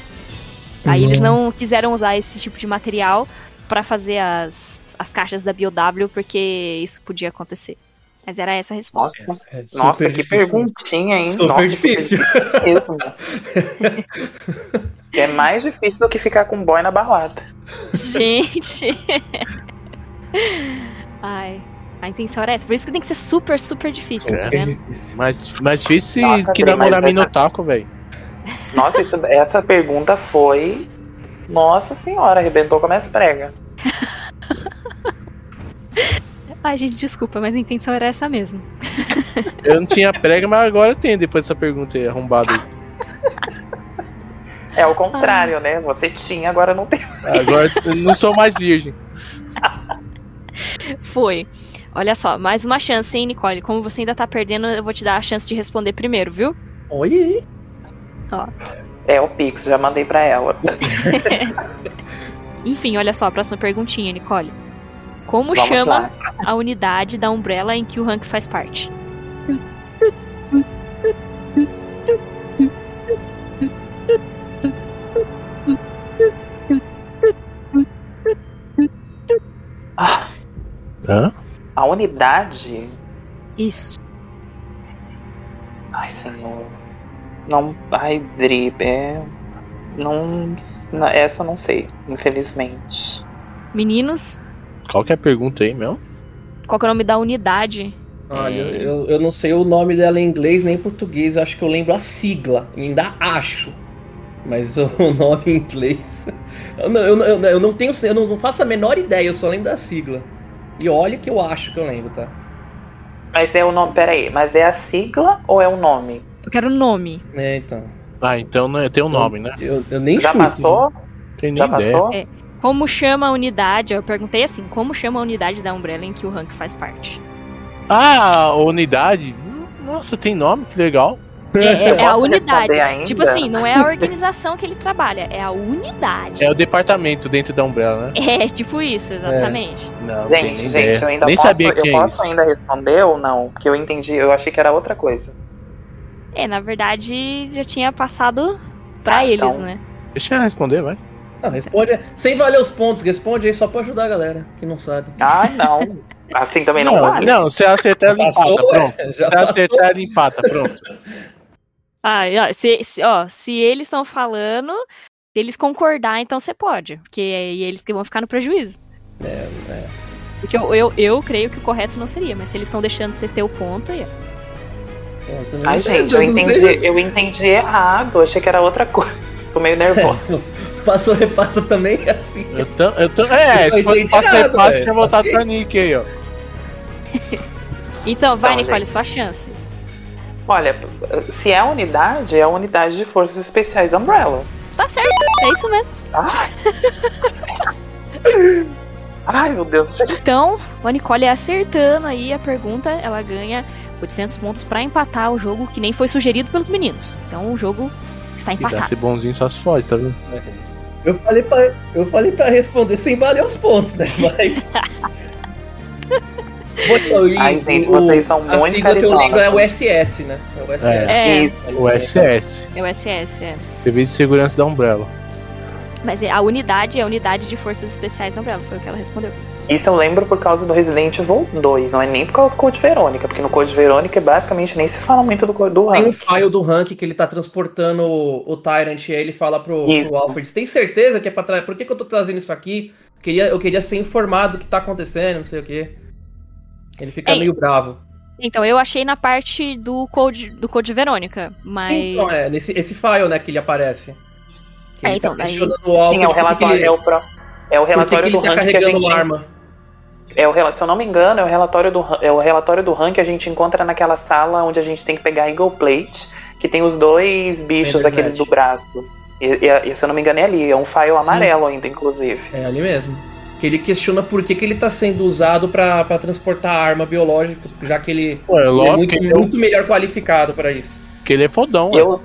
Speaker 1: Aí eles não quiseram usar esse tipo de material pra fazer as, as caixas da BioW, porque isso podia acontecer. Mas era essa a resposta.
Speaker 5: Nossa,
Speaker 4: É super
Speaker 5: nossa que
Speaker 4: difícil.
Speaker 5: perguntinha, hein?
Speaker 4: Super
Speaker 5: Nossa, que
Speaker 4: difícil.
Speaker 5: mesmo. é mais difícil do que ficar com boy na balada.
Speaker 1: Gente! Ai. A intenção era essa. Por isso que tem que ser super, super difícil, tá
Speaker 4: né?
Speaker 6: Super
Speaker 1: vendo?
Speaker 6: Mas, mas difícil
Speaker 5: Nossa,
Speaker 6: que
Speaker 5: Adri,
Speaker 6: namorar
Speaker 5: mas essa-
Speaker 6: Minotaco, velho.
Speaker 5: Nossa, isso- essa pergunta foi. Nossa senhora, arrebentou com a minha esprega.
Speaker 1: Ai, gente, desculpa, mas a intenção era essa mesmo.
Speaker 6: Eu não tinha prega, mas agora tem depois dessa pergunta aí, arrombada. aí.
Speaker 5: É o
Speaker 1: Ah.
Speaker 5: contrário, né? Você tinha, agora não tem.
Speaker 6: Agora eu não sou mais virgem.
Speaker 1: Foi. Olha só, mais uma chance, hein, Nicole? Como você ainda tá perdendo, eu vou te dar a chance de responder primeiro, viu?
Speaker 4: Olha aí.
Speaker 5: É o Pix, já mandei pra ela.
Speaker 1: Enfim, olha só, a próxima perguntinha, Nicole. Como
Speaker 5: Vamos
Speaker 1: chama
Speaker 5: lá.
Speaker 1: a unidade da Umbrella em que o Hank faz parte?
Speaker 5: Ah,
Speaker 6: Hã?
Speaker 5: a unidade.
Speaker 1: Isso.
Speaker 5: Ai, senhor. Não. Ai, Drip, é. Não. na- Essa eu não sei, infelizmente.
Speaker 1: Meninos,
Speaker 6: Qual que é a pergunta aí, meu?
Speaker 1: qual que é o nome da unidade
Speaker 4: Olha, eu, eu não sei o nome dela em inglês nem em português, eu acho que eu lembro a sigla, ainda acho. Mas o nome em inglês. Eu não, eu, não- eu não tenho. Eu não, não faço a menor ideia, eu só lembro da sigla. E olha que eu acho que eu lembro, tá?
Speaker 5: Mas é o nome. Peraí, mas é a sigla ou é o nome?
Speaker 1: Eu quero nome.
Speaker 4: É, então.
Speaker 6: Ah, então não é- tem um nome, né?
Speaker 4: Eu, eu nem
Speaker 5: Já
Speaker 4: chuto.
Speaker 5: passou?
Speaker 6: Tem nem
Speaker 5: Já
Speaker 6: ideia.
Speaker 5: passou?
Speaker 1: É. Como chama a unidade? Eu perguntei assim, como chama a unidade da Umbrella em que o Hank faz parte?
Speaker 6: Ah, a unidade? Nossa, tem nome, que legal.
Speaker 1: É, é- é a
Speaker 5: Posso responder
Speaker 1: unidade.
Speaker 5: ainda?
Speaker 1: Tipo assim, não é a organização que ele trabalha, é a unidade.
Speaker 6: É o departamento dentro da Umbrella, né?
Speaker 1: É, tipo isso, exatamente.
Speaker 6: Não, não tem nem
Speaker 5: Gente, gente,
Speaker 6: ideia.
Speaker 5: eu ainda
Speaker 6: nem
Speaker 5: posso,
Speaker 6: sabia
Speaker 5: eu
Speaker 6: que é
Speaker 5: posso
Speaker 6: isso.
Speaker 5: ainda responder ou não? Porque eu entendi, eu achei que era outra coisa.
Speaker 1: É, na verdade, já tinha passado pra
Speaker 5: Ah,
Speaker 1: eles,
Speaker 5: então.
Speaker 1: né?
Speaker 6: Deixa eu responder, vai.
Speaker 4: Não, responde. Sem valer os pontos, responde aí só pra ajudar a galera que não sabe.
Speaker 5: Ah, não. Assim também não, vale.
Speaker 6: não, se acertar, ela
Speaker 4: Passou,
Speaker 6: empata, pronto.
Speaker 4: ué? Já
Speaker 6: Se
Speaker 4: passou.
Speaker 6: acertar, ela empata, pronto.
Speaker 1: Ah, e ó, se, se- ó, se eles estão falando, se eles concordar, então você pode. Porque aí eles que vão ficar no prejuízo.
Speaker 5: É,
Speaker 1: Porque eu, eu, eu creio que o correto não seria, mas se eles estão deixando você ter o ponto aí. ó.
Speaker 4: Pronto, não
Speaker 5: Ai,
Speaker 4: sei,
Speaker 5: gente, eu
Speaker 4: não sei.
Speaker 5: entendi, eu entendi errado, achei que era outra coisa. Tô meio nervosa.
Speaker 4: Passou, repassa também assim.
Speaker 6: Eu tô, eu tô, é,
Speaker 4: Eu
Speaker 6: se fosse
Speaker 4: entendi
Speaker 6: passo
Speaker 4: nada,
Speaker 6: repasse,
Speaker 4: velho. Tá
Speaker 6: tinha voltado pra Nick aí, ó.
Speaker 1: Então, vai,
Speaker 5: Então,
Speaker 1: Nicole,
Speaker 5: gente.
Speaker 1: sua chance.
Speaker 5: Olha, se é a unidade, é a unidade de forças especiais da Umbrella.
Speaker 1: Tá certo, é isso mesmo.
Speaker 5: Ai, meu Deus.
Speaker 1: Então, a Nicole acertando aí a pergunta, ela ganha 800 pontos pra empatar o jogo que nem foi sugerido pelos meninos. Então, o jogo está
Speaker 6: Pra ser
Speaker 1: empatado.
Speaker 6: bonzinho só se fode, tá vendo?
Speaker 4: Eu falei pra, eu falei pra responder sem valer os pontos, né? Mas. Bom, e
Speaker 5: Ai, gente, vocês são
Speaker 4: a
Speaker 5: muito
Speaker 4: sigla que eu lembro é o
Speaker 5: caridosas.
Speaker 4: SS, né? É o SS.
Speaker 6: É.
Speaker 1: É,
Speaker 5: Isso.
Speaker 6: O SS,
Speaker 1: é o SS, é.
Speaker 6: Serviço de Segurança da Umbrella.
Speaker 1: Mas a unidade é a unidade de forças especiais da Umbrella, foi o que ela respondeu.
Speaker 5: Isso eu lembro por causa do Resident Evil 2, não é nem por causa do Code Verônica, porque no Code Verônica basicamente nem se fala muito do, co- do
Speaker 4: Tem um
Speaker 5: Hank.
Speaker 4: file do Hank que ele tá transportando o, o Tyrant e aí ele fala pro,
Speaker 5: Isso.
Speaker 4: pro Alfred: Tem certeza que é pra trás? Por que, que eu tô trazendo isso aqui? Queria, eu queria ser informado do que tá acontecendo, não sei o quê. Ele fica
Speaker 1: Ei.
Speaker 4: meio bravo.
Speaker 1: Então, eu achei na parte do Code, do code Verônica, mas.
Speaker 4: Então, é, nesse, esse file, né, que ele aparece. Que
Speaker 1: É,
Speaker 4: ele
Speaker 1: então,
Speaker 4: tá
Speaker 1: daí-
Speaker 4: questionando o Alfred
Speaker 5: Sim, é o
Speaker 4: por que que
Speaker 5: relatório,
Speaker 4: ele-
Speaker 5: é o, pró- é
Speaker 4: por
Speaker 5: o
Speaker 4: que que
Speaker 5: relatório
Speaker 4: ele
Speaker 5: do
Speaker 4: tá
Speaker 5: Hank que a
Speaker 4: carregando
Speaker 5: gente
Speaker 4: uma arma.
Speaker 5: É o, rela- se eu não me engano, é o relatório do Ran- é o relatório do Han que a gente encontra naquela sala onde a gente tem que pegar a Eagle Plate, que tem os dois bichos,
Speaker 4: Ender's
Speaker 5: aqueles
Speaker 4: Net.
Speaker 5: do braço. E, e- e se eu não me engano é ali, é um file amarelo ainda, inclusive.
Speaker 4: É ali mesmo. Que ele questiona por que, que ele tá sendo usado pra pra transportar arma biológica, já que ele,
Speaker 6: Pô, é
Speaker 4: ele é
Speaker 6: lógico
Speaker 4: muito,
Speaker 6: que, ele é um-
Speaker 4: muito melhor qualificado pra isso.
Speaker 6: que ele é fodão, né?
Speaker 5: Eu,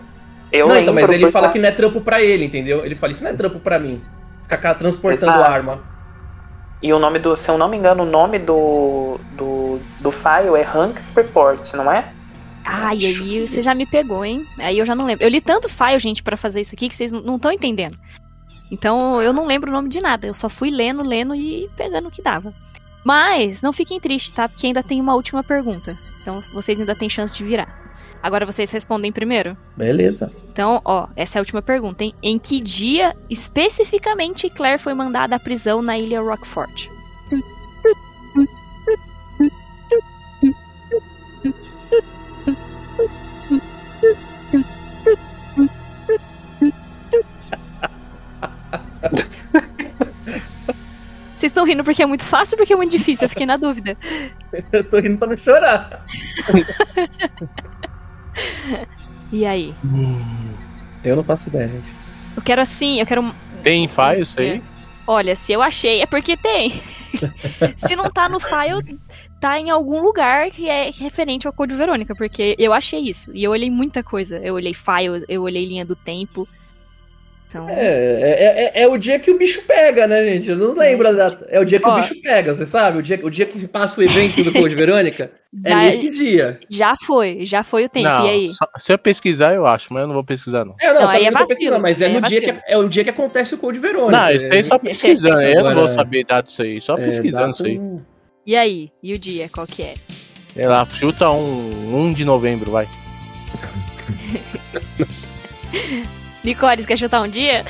Speaker 5: eu
Speaker 4: não,
Speaker 5: lembro.
Speaker 4: então, mas ele
Speaker 5: por
Speaker 4: fala
Speaker 5: causa-
Speaker 4: que não é trampo pra ele, entendeu? Ele fala, isso não é trampo pra mim. Ficar ca- transportando
Speaker 5: Exato.
Speaker 4: arma.
Speaker 5: E o nome do, se eu não me engano, o nome do do, do file é Hank's Report, não é?
Speaker 1: Ai, aí você já me pegou, hein? Aí eu já não lembro. Eu li tanto file, gente, pra fazer isso aqui que vocês n- não estão entendendo. Então, eu não lembro o nome de nada. Eu só fui lendo, lendo e pegando o que dava. Mas, não fiquem tristes, tá? Porque ainda tem uma última pergunta. Então, vocês ainda têm chance de virar. Agora vocês respondem primeiro.
Speaker 4: Beleza.
Speaker 1: Então, ó, essa é a última pergunta, hein? Em que dia especificamente Claire foi mandada à prisão na ilha Rockford? Vocês estão rindo porque é muito fácil ou porque é muito difícil? Eu fiquei na dúvida.
Speaker 4: Eu tô rindo pra não chorar.
Speaker 1: E aí?
Speaker 4: Eu não faço ideia, gente.
Speaker 1: Eu quero assim, eu quero
Speaker 6: é. Tem file isso aí?
Speaker 1: Olha, se eu achei, é porque tem. se não tá no file, tá em algum lugar que é referente ao Code Verônica, porque eu achei isso. E eu olhei muita coisa. Eu olhei file, eu olhei linha do tempo. Então,
Speaker 4: É, é, é- é o dia que o bicho pega, né, gente? Eu não lembro a data. É o dia que
Speaker 1: Ó.
Speaker 4: o bicho pega, você sabe? O dia, o dia que se passa o evento do Code Verônica é
Speaker 1: já,
Speaker 4: nesse dia.
Speaker 1: já foi, já foi o tempo.
Speaker 6: não,
Speaker 1: E aí?
Speaker 6: só- se eu pesquisar, eu acho, mas eu não vou pesquisar, não.
Speaker 4: É, não,
Speaker 1: Não,
Speaker 4: também
Speaker 1: aí é
Speaker 4: não tô
Speaker 1: vacilo,
Speaker 4: pesquisando, mas é
Speaker 1: aí
Speaker 4: no
Speaker 1: é
Speaker 4: dia que
Speaker 1: vacilo.
Speaker 4: é o dia que acontece o Code Verônica.
Speaker 6: Não, isso aí é só pesquisando, eu não vou
Speaker 4: é. Agora-
Speaker 6: saber data isso aí, só
Speaker 4: É,
Speaker 6: pesquisando
Speaker 4: data-
Speaker 6: isso aí.
Speaker 1: E aí? E o dia? Qual que é?
Speaker 6: Sei lá, chuta um 1 de novembro, vai.
Speaker 1: Nicole, você quer chutar um dia?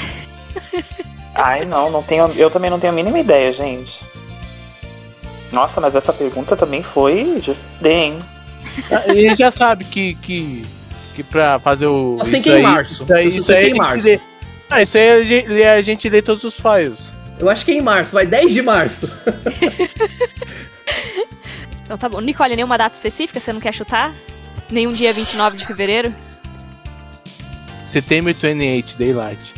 Speaker 5: Ai, não, não tenho, eu também não tenho a mínima ideia, gente. Nossa, mas essa pergunta também foi de fuder, hein?
Speaker 6: Ah, Ele já sabe que, que, que pra fazer o.
Speaker 4: Eu sei
Speaker 6: isso
Speaker 4: que é em
Speaker 6: aí-
Speaker 4: março.
Speaker 6: Isso aí,
Speaker 4: Eu só
Speaker 6: isso
Speaker 4: sei
Speaker 6: aí
Speaker 4: que é em
Speaker 6: tem que
Speaker 4: março.
Speaker 6: ler. Ah, isso aí a gente, lê- a gente lê todos os files.
Speaker 4: Eu acho que é em março, vai 10 de março.
Speaker 1: Então tá bom. Nicole, nenhuma data específica você não quer chutar? Nenhum dia 29 de fevereiro?
Speaker 6: Setembro 28, Daylight.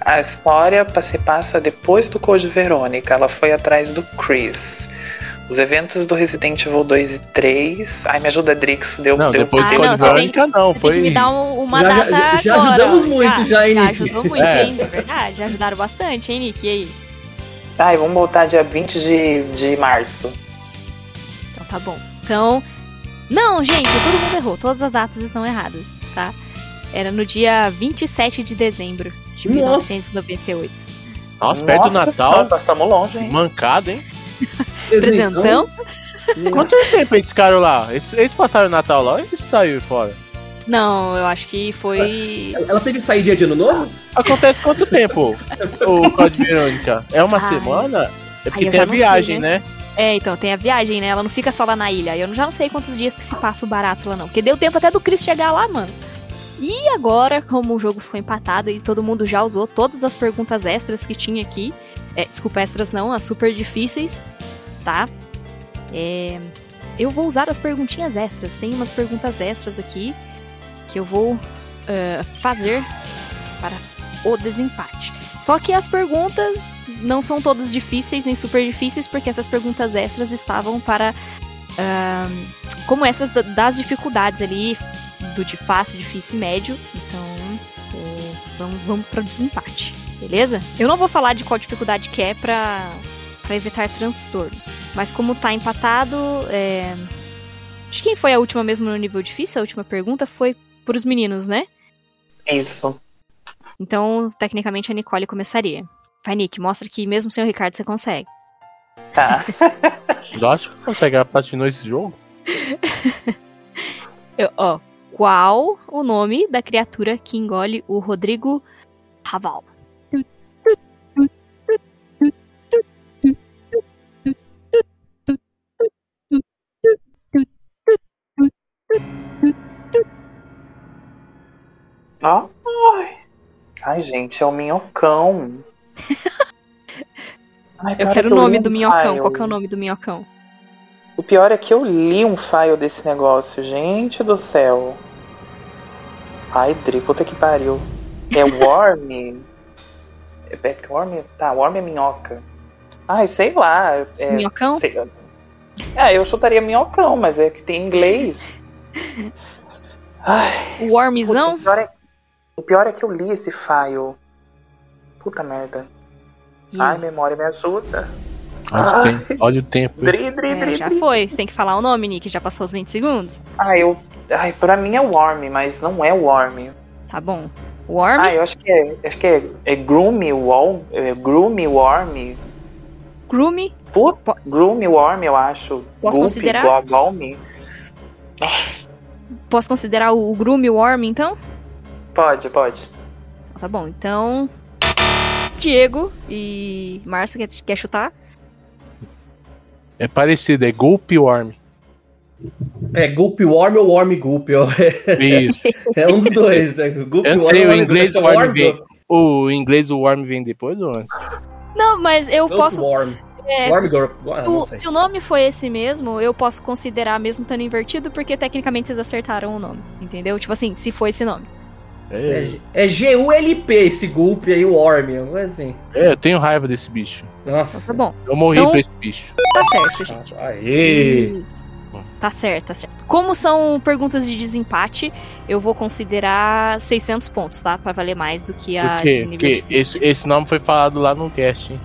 Speaker 5: A história pa- se passa depois do Code Verônica. Ela foi atrás do Chris. Os eventos do Resident Evil 2 e 3. Ai, me ajuda, Drix. Deu,
Speaker 6: Não,
Speaker 5: deu,
Speaker 6: depois
Speaker 1: Ah,
Speaker 6: do
Speaker 5: deu,
Speaker 1: não,
Speaker 6: Código
Speaker 1: você tem
Speaker 6: Verônica, não.
Speaker 1: Você tem
Speaker 6: Foi.
Speaker 1: que me dar um- uma
Speaker 4: Já-
Speaker 1: data
Speaker 4: já- já
Speaker 1: agora.
Speaker 4: ajudamos
Speaker 1: ó.
Speaker 4: muito já, hein,
Speaker 1: Já
Speaker 4: Nick?
Speaker 1: ajudou muito,
Speaker 6: É.
Speaker 1: hein? É verdade, já ajudaram bastante, hein, Nick? E aí?
Speaker 5: Ai, vamos voltar dia 20 de, de março.
Speaker 1: Então tá bom. Então. Não, gente, todo mundo errou. Todas as datas estão erradas, tá? Era no dia 27 de dezembro de
Speaker 4: Nossa.
Speaker 1: 1998.
Speaker 6: Nossa, perto do Natal.
Speaker 5: senhora, Nós estamos longe, hein?
Speaker 6: Mancada, hein?
Speaker 1: Presentão?
Speaker 4: então,
Speaker 6: Quanto tempo eles ficaram lá? Eles, eles passaram o Natal lá ou eles saíram fora?
Speaker 1: Não, eu acho que foi.
Speaker 4: Ela teve que sair dia de ano novo?
Speaker 6: Acontece quanto tempo o Código Verônica? É uma
Speaker 1: Ai.
Speaker 6: semana? É
Speaker 1: Ai,
Speaker 6: porque
Speaker 1: eu
Speaker 6: tem
Speaker 1: já
Speaker 6: a
Speaker 1: não sei,
Speaker 6: viagem, né?
Speaker 1: É, então, tem a viagem, né? Ela não fica só lá na ilha. Eu já não sei quantos dias que se passa o barato lá, não. Porque deu tempo até do Chris chegar lá, mano. E agora, como o jogo ficou empatado e todo mundo já usou todas as perguntas extras que tinha aqui. é, desculpa, extras não, as super difíceis, tá? É, eu vou usar as perguntinhas extras. Tem umas perguntas extras aqui que eu vou ah, fazer para o desempate. Só que as perguntas não são todas difíceis nem super difíceis, porque essas perguntas extras estavam para. ah, como essas da- das dificuldades ali, do de fácil, difícil e médio. Então, é, vamos, vamos para o desempate, beleza? Eu não vou falar de qual dificuldade que é para para evitar transtornos. Mas como tá empatado, é... de quem foi a última mesmo no nível difícil? A última pergunta foi para os meninos, né?
Speaker 5: Isso.
Speaker 1: Então, tecnicamente, a Nicole começaria. Vai, Nick, mostra que mesmo sem o Ricardo você consegue.
Speaker 5: Tá.
Speaker 6: Lógico que consegue, ela platinou esse jogo.
Speaker 1: Eu- ó, qual o nome da criatura que engole o Rodrigo Raval?
Speaker 5: Ó. Ai. Ai, gente, é o minhocão. Ai,
Speaker 1: Eu
Speaker 5: para
Speaker 1: quero
Speaker 5: que
Speaker 1: o nome
Speaker 5: li um
Speaker 1: do minhocão. Qual
Speaker 5: file.
Speaker 1: que é o nome do minhocão?
Speaker 5: O pior é que eu li um file desse negócio, gente do céu. Ai, Dri, puta que pariu. É worm? é backworm? Tá, worm é minhoca. Ai, sei lá. É,
Speaker 1: Minhocão?
Speaker 5: sei- é, eu chutaria minhocão, mas é que tem em inglês. Ai,
Speaker 1: O
Speaker 5: putz,
Speaker 1: Wormzão?
Speaker 5: o, pior é, o pior é que eu li esse file. Puta merda.
Speaker 1: É,
Speaker 5: Ai, memória me ajuda.
Speaker 6: Olha o
Speaker 5: Ah.
Speaker 6: tempo. Olha o tempo.
Speaker 5: Dri, dri,
Speaker 1: É,
Speaker 5: dri,
Speaker 1: já
Speaker 5: dri.
Speaker 1: foi. Você tem que falar o nome, Nick. Já passou os 20 segundos.
Speaker 5: Ah, eu. Ai, pra mim é Worm, mas não é Worm.
Speaker 1: Tá bom. Worm?
Speaker 5: Ah, eu acho que é. Acho que é, é Groomy Wall. É Groomy Worm.
Speaker 1: Groomy?
Speaker 5: Put,
Speaker 1: Po-
Speaker 5: Groomy Worm, eu acho.
Speaker 1: Posso
Speaker 5: Goop,
Speaker 1: considerar?
Speaker 5: Go- Golme.
Speaker 1: Posso considerar o o Groomy Worm, então?
Speaker 5: Pode, pode.
Speaker 1: Então Tá bom. Então... Diego e Márcio, quer, quer chutar?
Speaker 6: É parecido, é Gulp Worm.
Speaker 4: É Gulp Warm ou Warm Gulp? ó.
Speaker 6: Isso.
Speaker 4: É um dos dois. É Gulp
Speaker 6: Eu não sei,
Speaker 4: Warm,
Speaker 6: o inglês
Speaker 4: Warm
Speaker 6: Warm
Speaker 4: Gulp.
Speaker 6: vem. O inglês o Worm vem depois ou antes?
Speaker 1: Não, mas eu
Speaker 4: Gulp
Speaker 1: posso...
Speaker 4: Warm.
Speaker 1: é,
Speaker 4: Warm Gulp. Ah,
Speaker 1: Tu-
Speaker 4: não sei.
Speaker 1: se o nome foi esse mesmo, eu posso considerar mesmo estando invertido, porque tecnicamente vocês acertaram o nome, entendeu? Tipo assim, se foi esse nome.
Speaker 6: É,
Speaker 4: É, é GULP esse Gulp aí, Warm. Mas assim.
Speaker 6: é, eu tenho raiva desse bicho.
Speaker 1: Então
Speaker 4: Nossa.
Speaker 1: tá bom.
Speaker 6: Eu morri
Speaker 1: Então-
Speaker 6: pra esse bicho.
Speaker 1: Tá certo, gente.
Speaker 4: Aê!
Speaker 1: Isso. Tá certo, tá certo. Como são perguntas de desempate, eu vou considerar 600 pontos, tá? Pra valer mais do que a
Speaker 6: Por quê?
Speaker 1: de nível
Speaker 6: Porque
Speaker 1: difícil.
Speaker 6: esse, esse nome foi falado lá no cast, hein?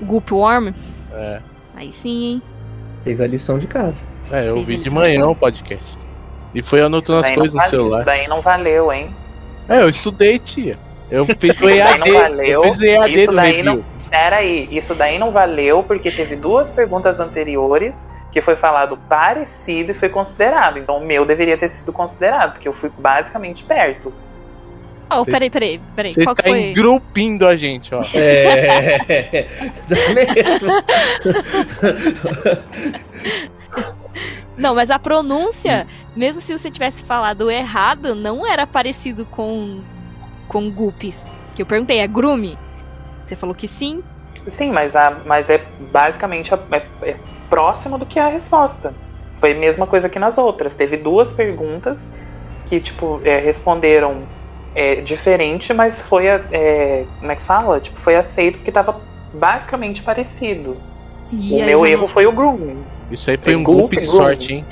Speaker 1: Goop Worm,
Speaker 6: É,
Speaker 1: aí sim, hein?
Speaker 4: Fez a lição de casa.
Speaker 6: é eu
Speaker 1: Fez
Speaker 6: vi
Speaker 1: ele
Speaker 6: de
Speaker 1: se
Speaker 6: manhã o podcast. E foi anotando as
Speaker 5: daí não
Speaker 6: coisas no
Speaker 5: vale-
Speaker 6: celular.
Speaker 5: isso daí não valeu, hein?
Speaker 6: É, eu estudei, tia. Eu fiz o
Speaker 5: Isso daí
Speaker 6: EAD.
Speaker 5: não
Speaker 6: Eu
Speaker 5: valeu.
Speaker 6: fiz o EAD
Speaker 5: Isso
Speaker 6: do
Speaker 5: daí
Speaker 6: review.
Speaker 5: não- Pera aí, isso daí não valeu porque teve duas perguntas anteriores que foi falado parecido e foi considerado. Então o meu deveria ter sido considerado, porque eu fui basicamente perto.
Speaker 1: Oh, peraí, peraí, peraí.
Speaker 6: Você
Speaker 1: Qual que
Speaker 6: está
Speaker 1: foi?
Speaker 6: engrupindo tá a gente, ó.
Speaker 4: É. Dá mesmo.
Speaker 1: Não, mas a pronúncia,
Speaker 4: Hum.
Speaker 1: mesmo se você tivesse falado errado, não era parecido com com Gupis. Que eu perguntei, é Grume? Você falou que sim.
Speaker 5: Sim, mas, a, mas é basicamente a- é, é próximo do que a resposta. Foi a mesma coisa que nas outras. Teve duas perguntas que, tipo, é, responderam é, diferente, mas foi a, é, como é que fala? Tipo, foi aceito porque tava basicamente parecido.
Speaker 1: E
Speaker 5: o
Speaker 1: aí
Speaker 5: meu
Speaker 1: eu-
Speaker 5: erro foi o groom.
Speaker 6: Isso aí foi
Speaker 5: É
Speaker 6: um
Speaker 5: golpe,
Speaker 6: golpe de
Speaker 5: golpe.
Speaker 6: sorte, hein?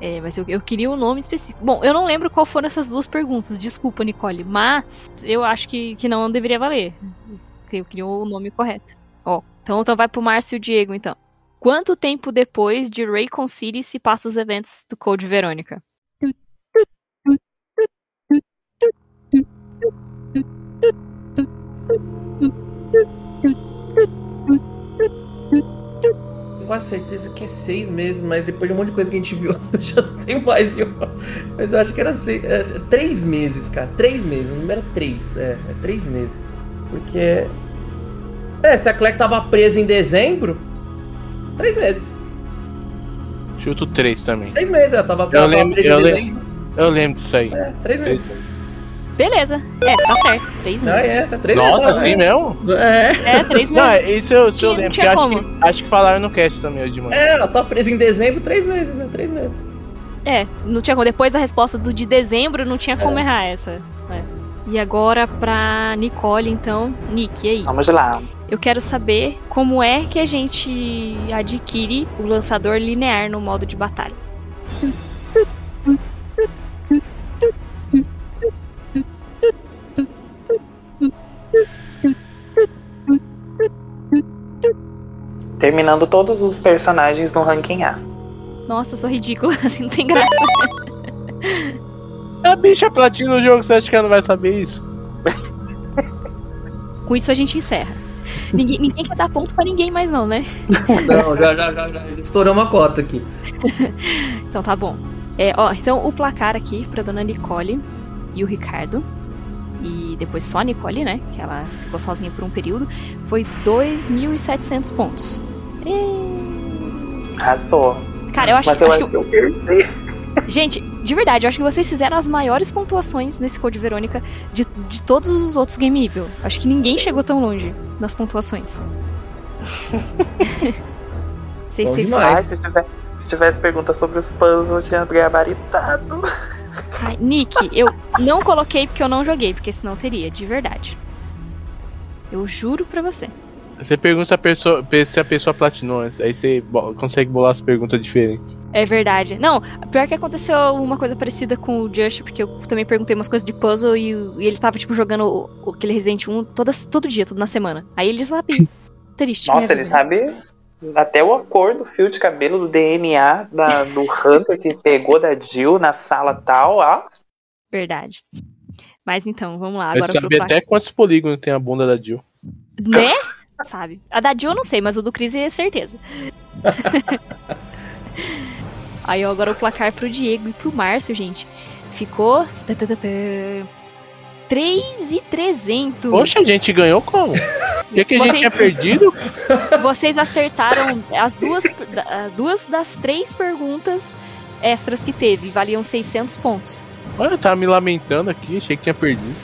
Speaker 1: É, mas eu, eu queria um nome específico. Bom, eu não lembro qual foram essas duas perguntas, desculpa, Nicole, mas eu acho que, que não deveria valer. Eu queria o nome correto. Ó, então, então vai pro Márcio e o Diego, então. Quanto tempo depois de Raycon City se passa os eventos do Code Verônica?
Speaker 4: Com a certeza que é seis meses, mas depois de um monte de coisa que a gente viu, eu já não tenho mais. eu- Mas eu acho que era seis, é, três meses, cara. Três meses. O número é três. É, é três meses. Porque. é- É, se a Claire tava presa em dezembro. Três meses.
Speaker 6: Chuto 3 também.
Speaker 4: Três meses ela tava,
Speaker 6: Eu
Speaker 4: ela tava
Speaker 6: lembro,
Speaker 4: presa
Speaker 6: eu
Speaker 4: em
Speaker 6: lembro. Eu lembro disso aí.
Speaker 4: dezembro. É, três
Speaker 6: Três
Speaker 4: meses.
Speaker 1: Beleza. É, tá certo. Três
Speaker 4: Ah,
Speaker 1: meses.
Speaker 4: é, tá três
Speaker 5: né?
Speaker 6: Nossa,
Speaker 4: meses.
Speaker 6: assim mesmo?
Speaker 4: É.
Speaker 1: é. três
Speaker 6: Não,
Speaker 1: meses.
Speaker 6: isso eu, isso eu
Speaker 1: Tinha-
Speaker 6: lembro.
Speaker 1: tinha
Speaker 6: que acho,
Speaker 1: como.
Speaker 6: que, acho que falaram no cast também hoje de manhã.
Speaker 4: É, ela tá presa em dezembro, três meses, né? Três meses.
Speaker 1: É, não tinha como. Depois da resposta do de dezembro, não tinha como errar essa. É. E agora pra Nicole, então. Nick, e aí?
Speaker 5: Vamos lá.
Speaker 1: Eu quero saber como é que a gente adquire o lançador linear no modo de batalha.
Speaker 5: Terminando todos os personagens no ranking A.
Speaker 1: Nossa, eu sou ridícula, assim não tem graça.
Speaker 6: A É, bicha platina no jogo, você acha que ela não vai saber isso?
Speaker 1: Com isso a gente encerra. Ninguém, ninguém quer dar ponto pra ninguém mais, não, né?
Speaker 4: Não, já, já, já, já. Estouramos a cota aqui.
Speaker 1: Então tá bom. É, ó, então o placar aqui pra dona Nicole e o Ricardo. E depois só a Nicole, né? Que ela ficou sozinha por um período. Foi 2.700 pontos. Ê!
Speaker 5: Arrasou.
Speaker 1: Cara, eu acho,
Speaker 5: Mas eu
Speaker 1: acho
Speaker 5: acho que eu perdi.
Speaker 1: que. Gente, de verdade, eu acho que vocês fizeram as maiores pontuações nesse Code Verônica de, de todos os outros Game Evil. Acho que ninguém chegou tão longe nas pontuações. Vocês,
Speaker 4: Bom
Speaker 1: vocês
Speaker 4: demais.
Speaker 5: Ai, Ah, se tivesse, se tivesse pergunta sobre os puzzles, eu tinha gabaritado.
Speaker 1: Ai, Nick, eu não coloquei porque eu não joguei, porque senão teria, de verdade. Eu juro pra você.
Speaker 6: Você pergunta se a pessoa, se a pessoa platinou antes, aí você bo- consegue bolar as perguntas diferentes.
Speaker 1: É verdade. Não, pior que aconteceu uma coisa parecida com o Just, porque eu também perguntei umas coisas de puzzle e, o- e ele tava, tipo, jogando o- o- aquele Resident 1 todas, todo dia, tudo na semana. Aí ele sabe. Triste. né?
Speaker 5: Nossa,
Speaker 1: minha
Speaker 5: ele
Speaker 1: vida.
Speaker 5: sabe até o acordo, o fio de cabelo do DNA da- do Hunter que pegou da Jill na sala tal, ó.
Speaker 1: Verdade. Mas então, vamos lá.
Speaker 6: Vai
Speaker 1: Agora pro
Speaker 6: saber
Speaker 1: placar.
Speaker 6: até quantos polígonos tem a bunda da Jill.
Speaker 1: Né? Sabe? A da Jill eu não sei, mas o do Chris é certeza. Aí ó, agora o placar pro Diego e pro Márcio, gente. Ficou. 3,300.
Speaker 6: Poxa, a gente ganhou como? O que, que a gente
Speaker 1: Vocês-
Speaker 6: tinha perdido?
Speaker 1: Vocês acertaram as duas, da- duas das três perguntas extras que teve. Valiam 600 pontos.
Speaker 6: Olha, eu tava me lamentando aqui, achei que tinha perdido.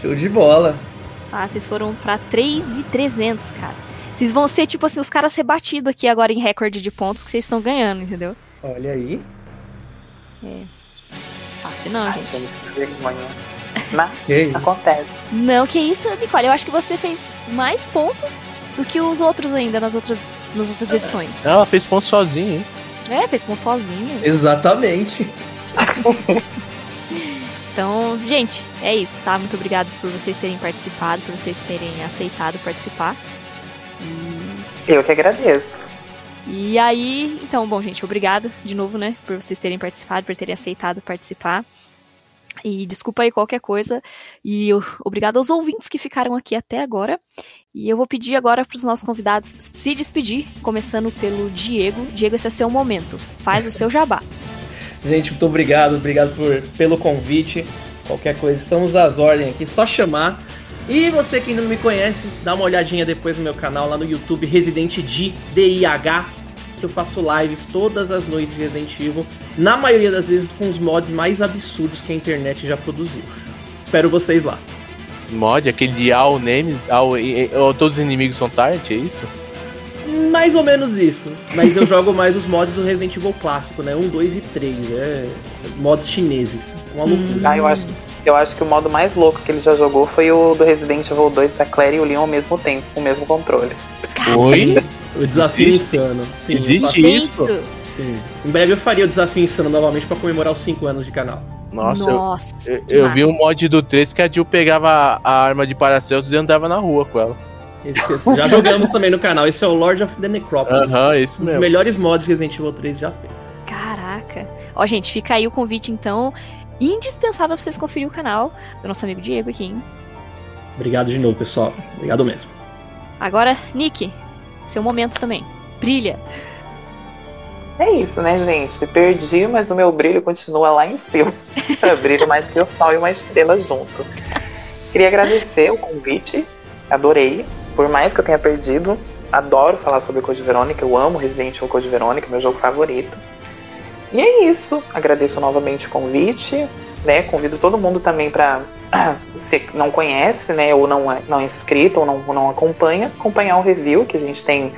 Speaker 4: Show de bola.
Speaker 1: Ah, vocês foram pra 3,300, cara. Vocês vão ser, tipo assim, os caras rebatidos aqui agora em recorde de pontos que vocês estão ganhando, entendeu?
Speaker 4: Olha aí.
Speaker 1: Fácil não,
Speaker 5: Ai,
Speaker 1: gente.
Speaker 5: gente, que vergonha. Mas
Speaker 4: Que isso.
Speaker 5: acontece.
Speaker 1: Não, que isso, Nicole. Eu acho que você fez mais pontos do que os outros ainda nas outras, nas outras edições.
Speaker 6: Ela fez ponto sozinha, hein?
Speaker 1: É, fez ponto sozinho.
Speaker 4: Exatamente.
Speaker 1: Então, gente, é isso, tá? Muito obrigado por vocês terem participado, por vocês terem aceitado participar.
Speaker 5: Eu que agradeço.
Speaker 1: E, e aí, então, bom, gente, obrigado de novo, né, por vocês terem participado, por terem aceitado participar. E desculpa aí qualquer coisa. E eu- obrigado aos ouvintes que ficaram aqui até agora. E eu vou pedir agora para os nossos convidados se despedir, começando pelo Diego. Diego, esse é seu momento. Faz o seu jabá.
Speaker 4: Gente, muito obrigado, obrigado por, pelo convite. Qualquer coisa, estamos às ordens aqui, só chamar. E você que ainda não me conhece, dá uma olhadinha depois no meu canal lá no YouTube, Resident D, D-I-H, que eu faço lives todas as noites de Resident Evil, na maioria das vezes com os mods mais absurdos que a internet já produziu. Espero vocês lá.
Speaker 6: Mod, aquele de All Names, all, e- e- all- todos os inimigos são Target, é isso?
Speaker 4: Mais ou menos isso. Mas eu jogo mais os mods do Resident Evil clássico, né? 1, 2 e 3. É... Mods chineses. Uma loucura.
Speaker 5: Ah, eu acho, eu acho que o modo mais louco que ele já jogou foi o do Resident Evil 2 da Claire e o Leon ao mesmo tempo, com o mesmo controle.
Speaker 6: Oi?
Speaker 4: O desafio
Speaker 6: Existe?
Speaker 4: insano. Sim, o
Speaker 6: Existe?
Speaker 4: desafio-
Speaker 1: Isso.
Speaker 4: sim. Em breve eu faria o desafio insano novamente pra comemorar os 5 anos de canal.
Speaker 6: Nossa, eu-
Speaker 1: Nossa,
Speaker 6: eu,
Speaker 1: que
Speaker 6: eu vi
Speaker 1: massa.
Speaker 6: um mod do 3 que a Jill pegava a- a arma de Paracelsus e andava na rua com ela.
Speaker 4: Esse- é- já jogamos também no canal. Esse é o Lord of the Necropolis.
Speaker 6: Aham, isso
Speaker 4: Um dos
Speaker 6: mesmo.
Speaker 4: melhores mods que Resident Evil 3 já fez.
Speaker 6: um-
Speaker 1: Caraca. Ó, gente, fica aí o convite, então, indispensável pra vocês conferirem o canal do nosso amigo Diego aqui, hein?
Speaker 4: Obrigado de novo, pessoal. Obrigado mesmo.
Speaker 1: Agora, Nick, seu momento também. Brilha.
Speaker 5: É isso, né, gente? Perdi, mas o meu brilho continua lá em cima. Eu brilho mais que o sol e uma estrela junto. Queria agradecer o convite, adorei. Por mais que eu tenha perdido, adoro falar sobre Code Verônica, eu amo Resident Evil Code Verônica, meu jogo favorito. E é isso, agradeço novamente o convite, né? Convido todo mundo também para se não conhece, né, ou não é, não é inscrito, ou não, não acompanha, acompanhar o review, que a gente tem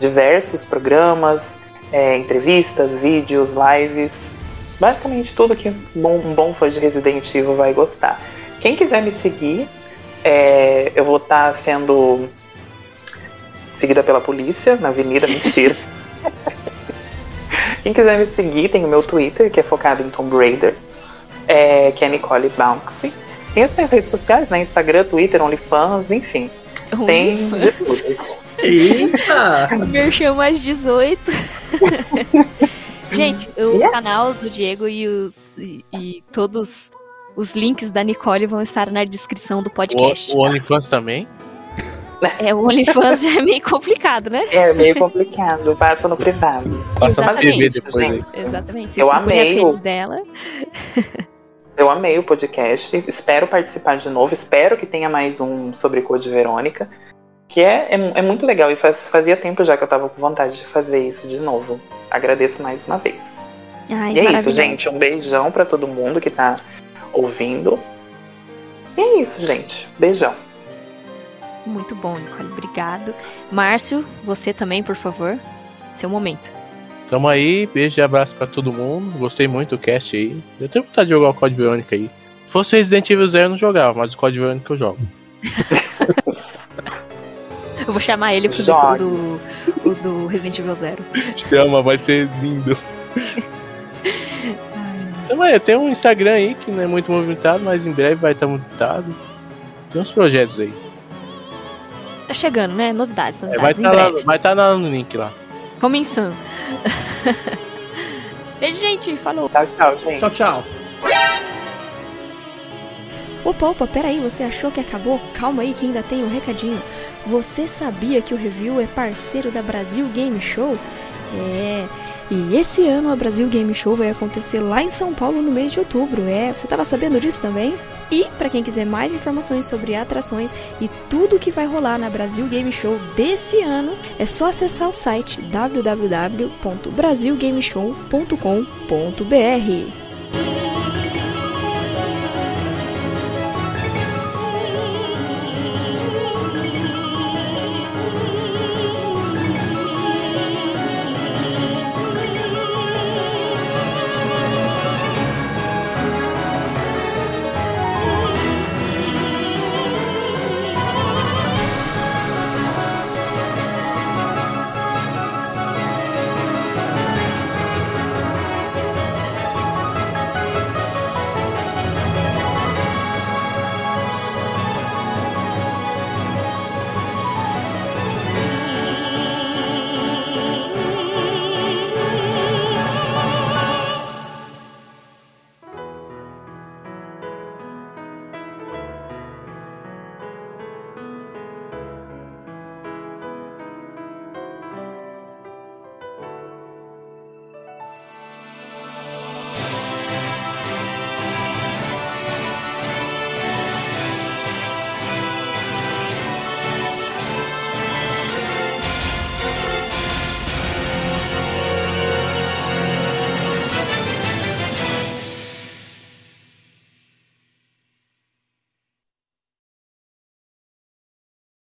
Speaker 5: diversos programas, é, entrevistas, vídeos, lives, basicamente tudo que bom- um bom fã de Resident Evil vai gostar. Quem quiser me seguir, é, eu vou estar sendo seguida pela polícia na Avenida Mentira. Quem quiser me seguir, tem o meu Twitter, que é focado em Tomb Raider, é, que é Nicole Bouncy. Tem as minhas redes sociais, né? Instagram, Twitter, OnlyFans, enfim. Tem de
Speaker 1: Ufa.
Speaker 5: tudo.
Speaker 4: Eita!
Speaker 1: Merchan mais 18. Gente, o
Speaker 5: Yeah.
Speaker 1: canal do Diego e, os, e, e todos os links da Nicole vão estar na descrição do podcast.
Speaker 6: O, o OnlyFans também?
Speaker 1: É, o OnlyFans já é meio complicado, né?
Speaker 5: É meio complicado, passa no privado.
Speaker 6: Passa na TV
Speaker 1: Exatamente,
Speaker 6: depois aí.
Speaker 5: gente.
Speaker 1: Exatamente.
Speaker 5: Eu
Speaker 1: Vocês procurem as
Speaker 5: amei o-
Speaker 1: redes dela.
Speaker 5: Eu amei o podcast, espero participar de novo, espero que tenha mais um sobre Code Verônica, que é, é, mu- é muito legal e faz- fazia tempo já que eu tava com vontade de fazer isso de novo. Agradeço mais uma vez.
Speaker 1: Ai,
Speaker 5: e é isso,
Speaker 1: maravilhosa.
Speaker 5: gente. Um beijão pra todo mundo que tá ouvindo. E é isso, gente. Beijão.
Speaker 1: Muito bom, Nicole. Obrigado. Márcio, você também, por favor. Seu momento.
Speaker 6: Tamo aí, beijo e abraço pra todo mundo. Gostei muito do cast aí. Eu tenho vontade de jogar o Code Verônica aí. Se fosse Resident Evil 0, eu não jogava, mas o Code Verônica eu jogo.
Speaker 1: Eu vou chamar ele pro do,
Speaker 5: Jogue.
Speaker 1: do, o do Resident Evil Zero.
Speaker 6: Chama, vai ser lindo. Tamo aí, tem um Instagram aí que não é muito movimentado, mas em breve vai estar movimentado. Tem uns projetos aí.
Speaker 1: Tá chegando, né? Novidades,
Speaker 6: É, vai
Speaker 1: novidades.
Speaker 6: estar
Speaker 1: em
Speaker 6: lá,
Speaker 1: breve.
Speaker 6: vai tá lá no link lá.
Speaker 1: Começando. Beijo, gente. Falou.
Speaker 5: Tchau, tchau, gente.
Speaker 4: Tchau, tchau.
Speaker 7: Opa, opa, peraí, você achou que acabou? Calma aí que ainda tem um recadinho. Você sabia que o Review é parceiro da Brasil Game Show? É. E esse ano a Brasil Game Show vai acontecer lá em São Paulo no mês de outubro. É, você tava sabendo disso também? E para quem quiser mais informações sobre atrações e tudo que vai rolar na Brasil Game Show desse ano, é só acessar o site www.brasilgameshow.com.br.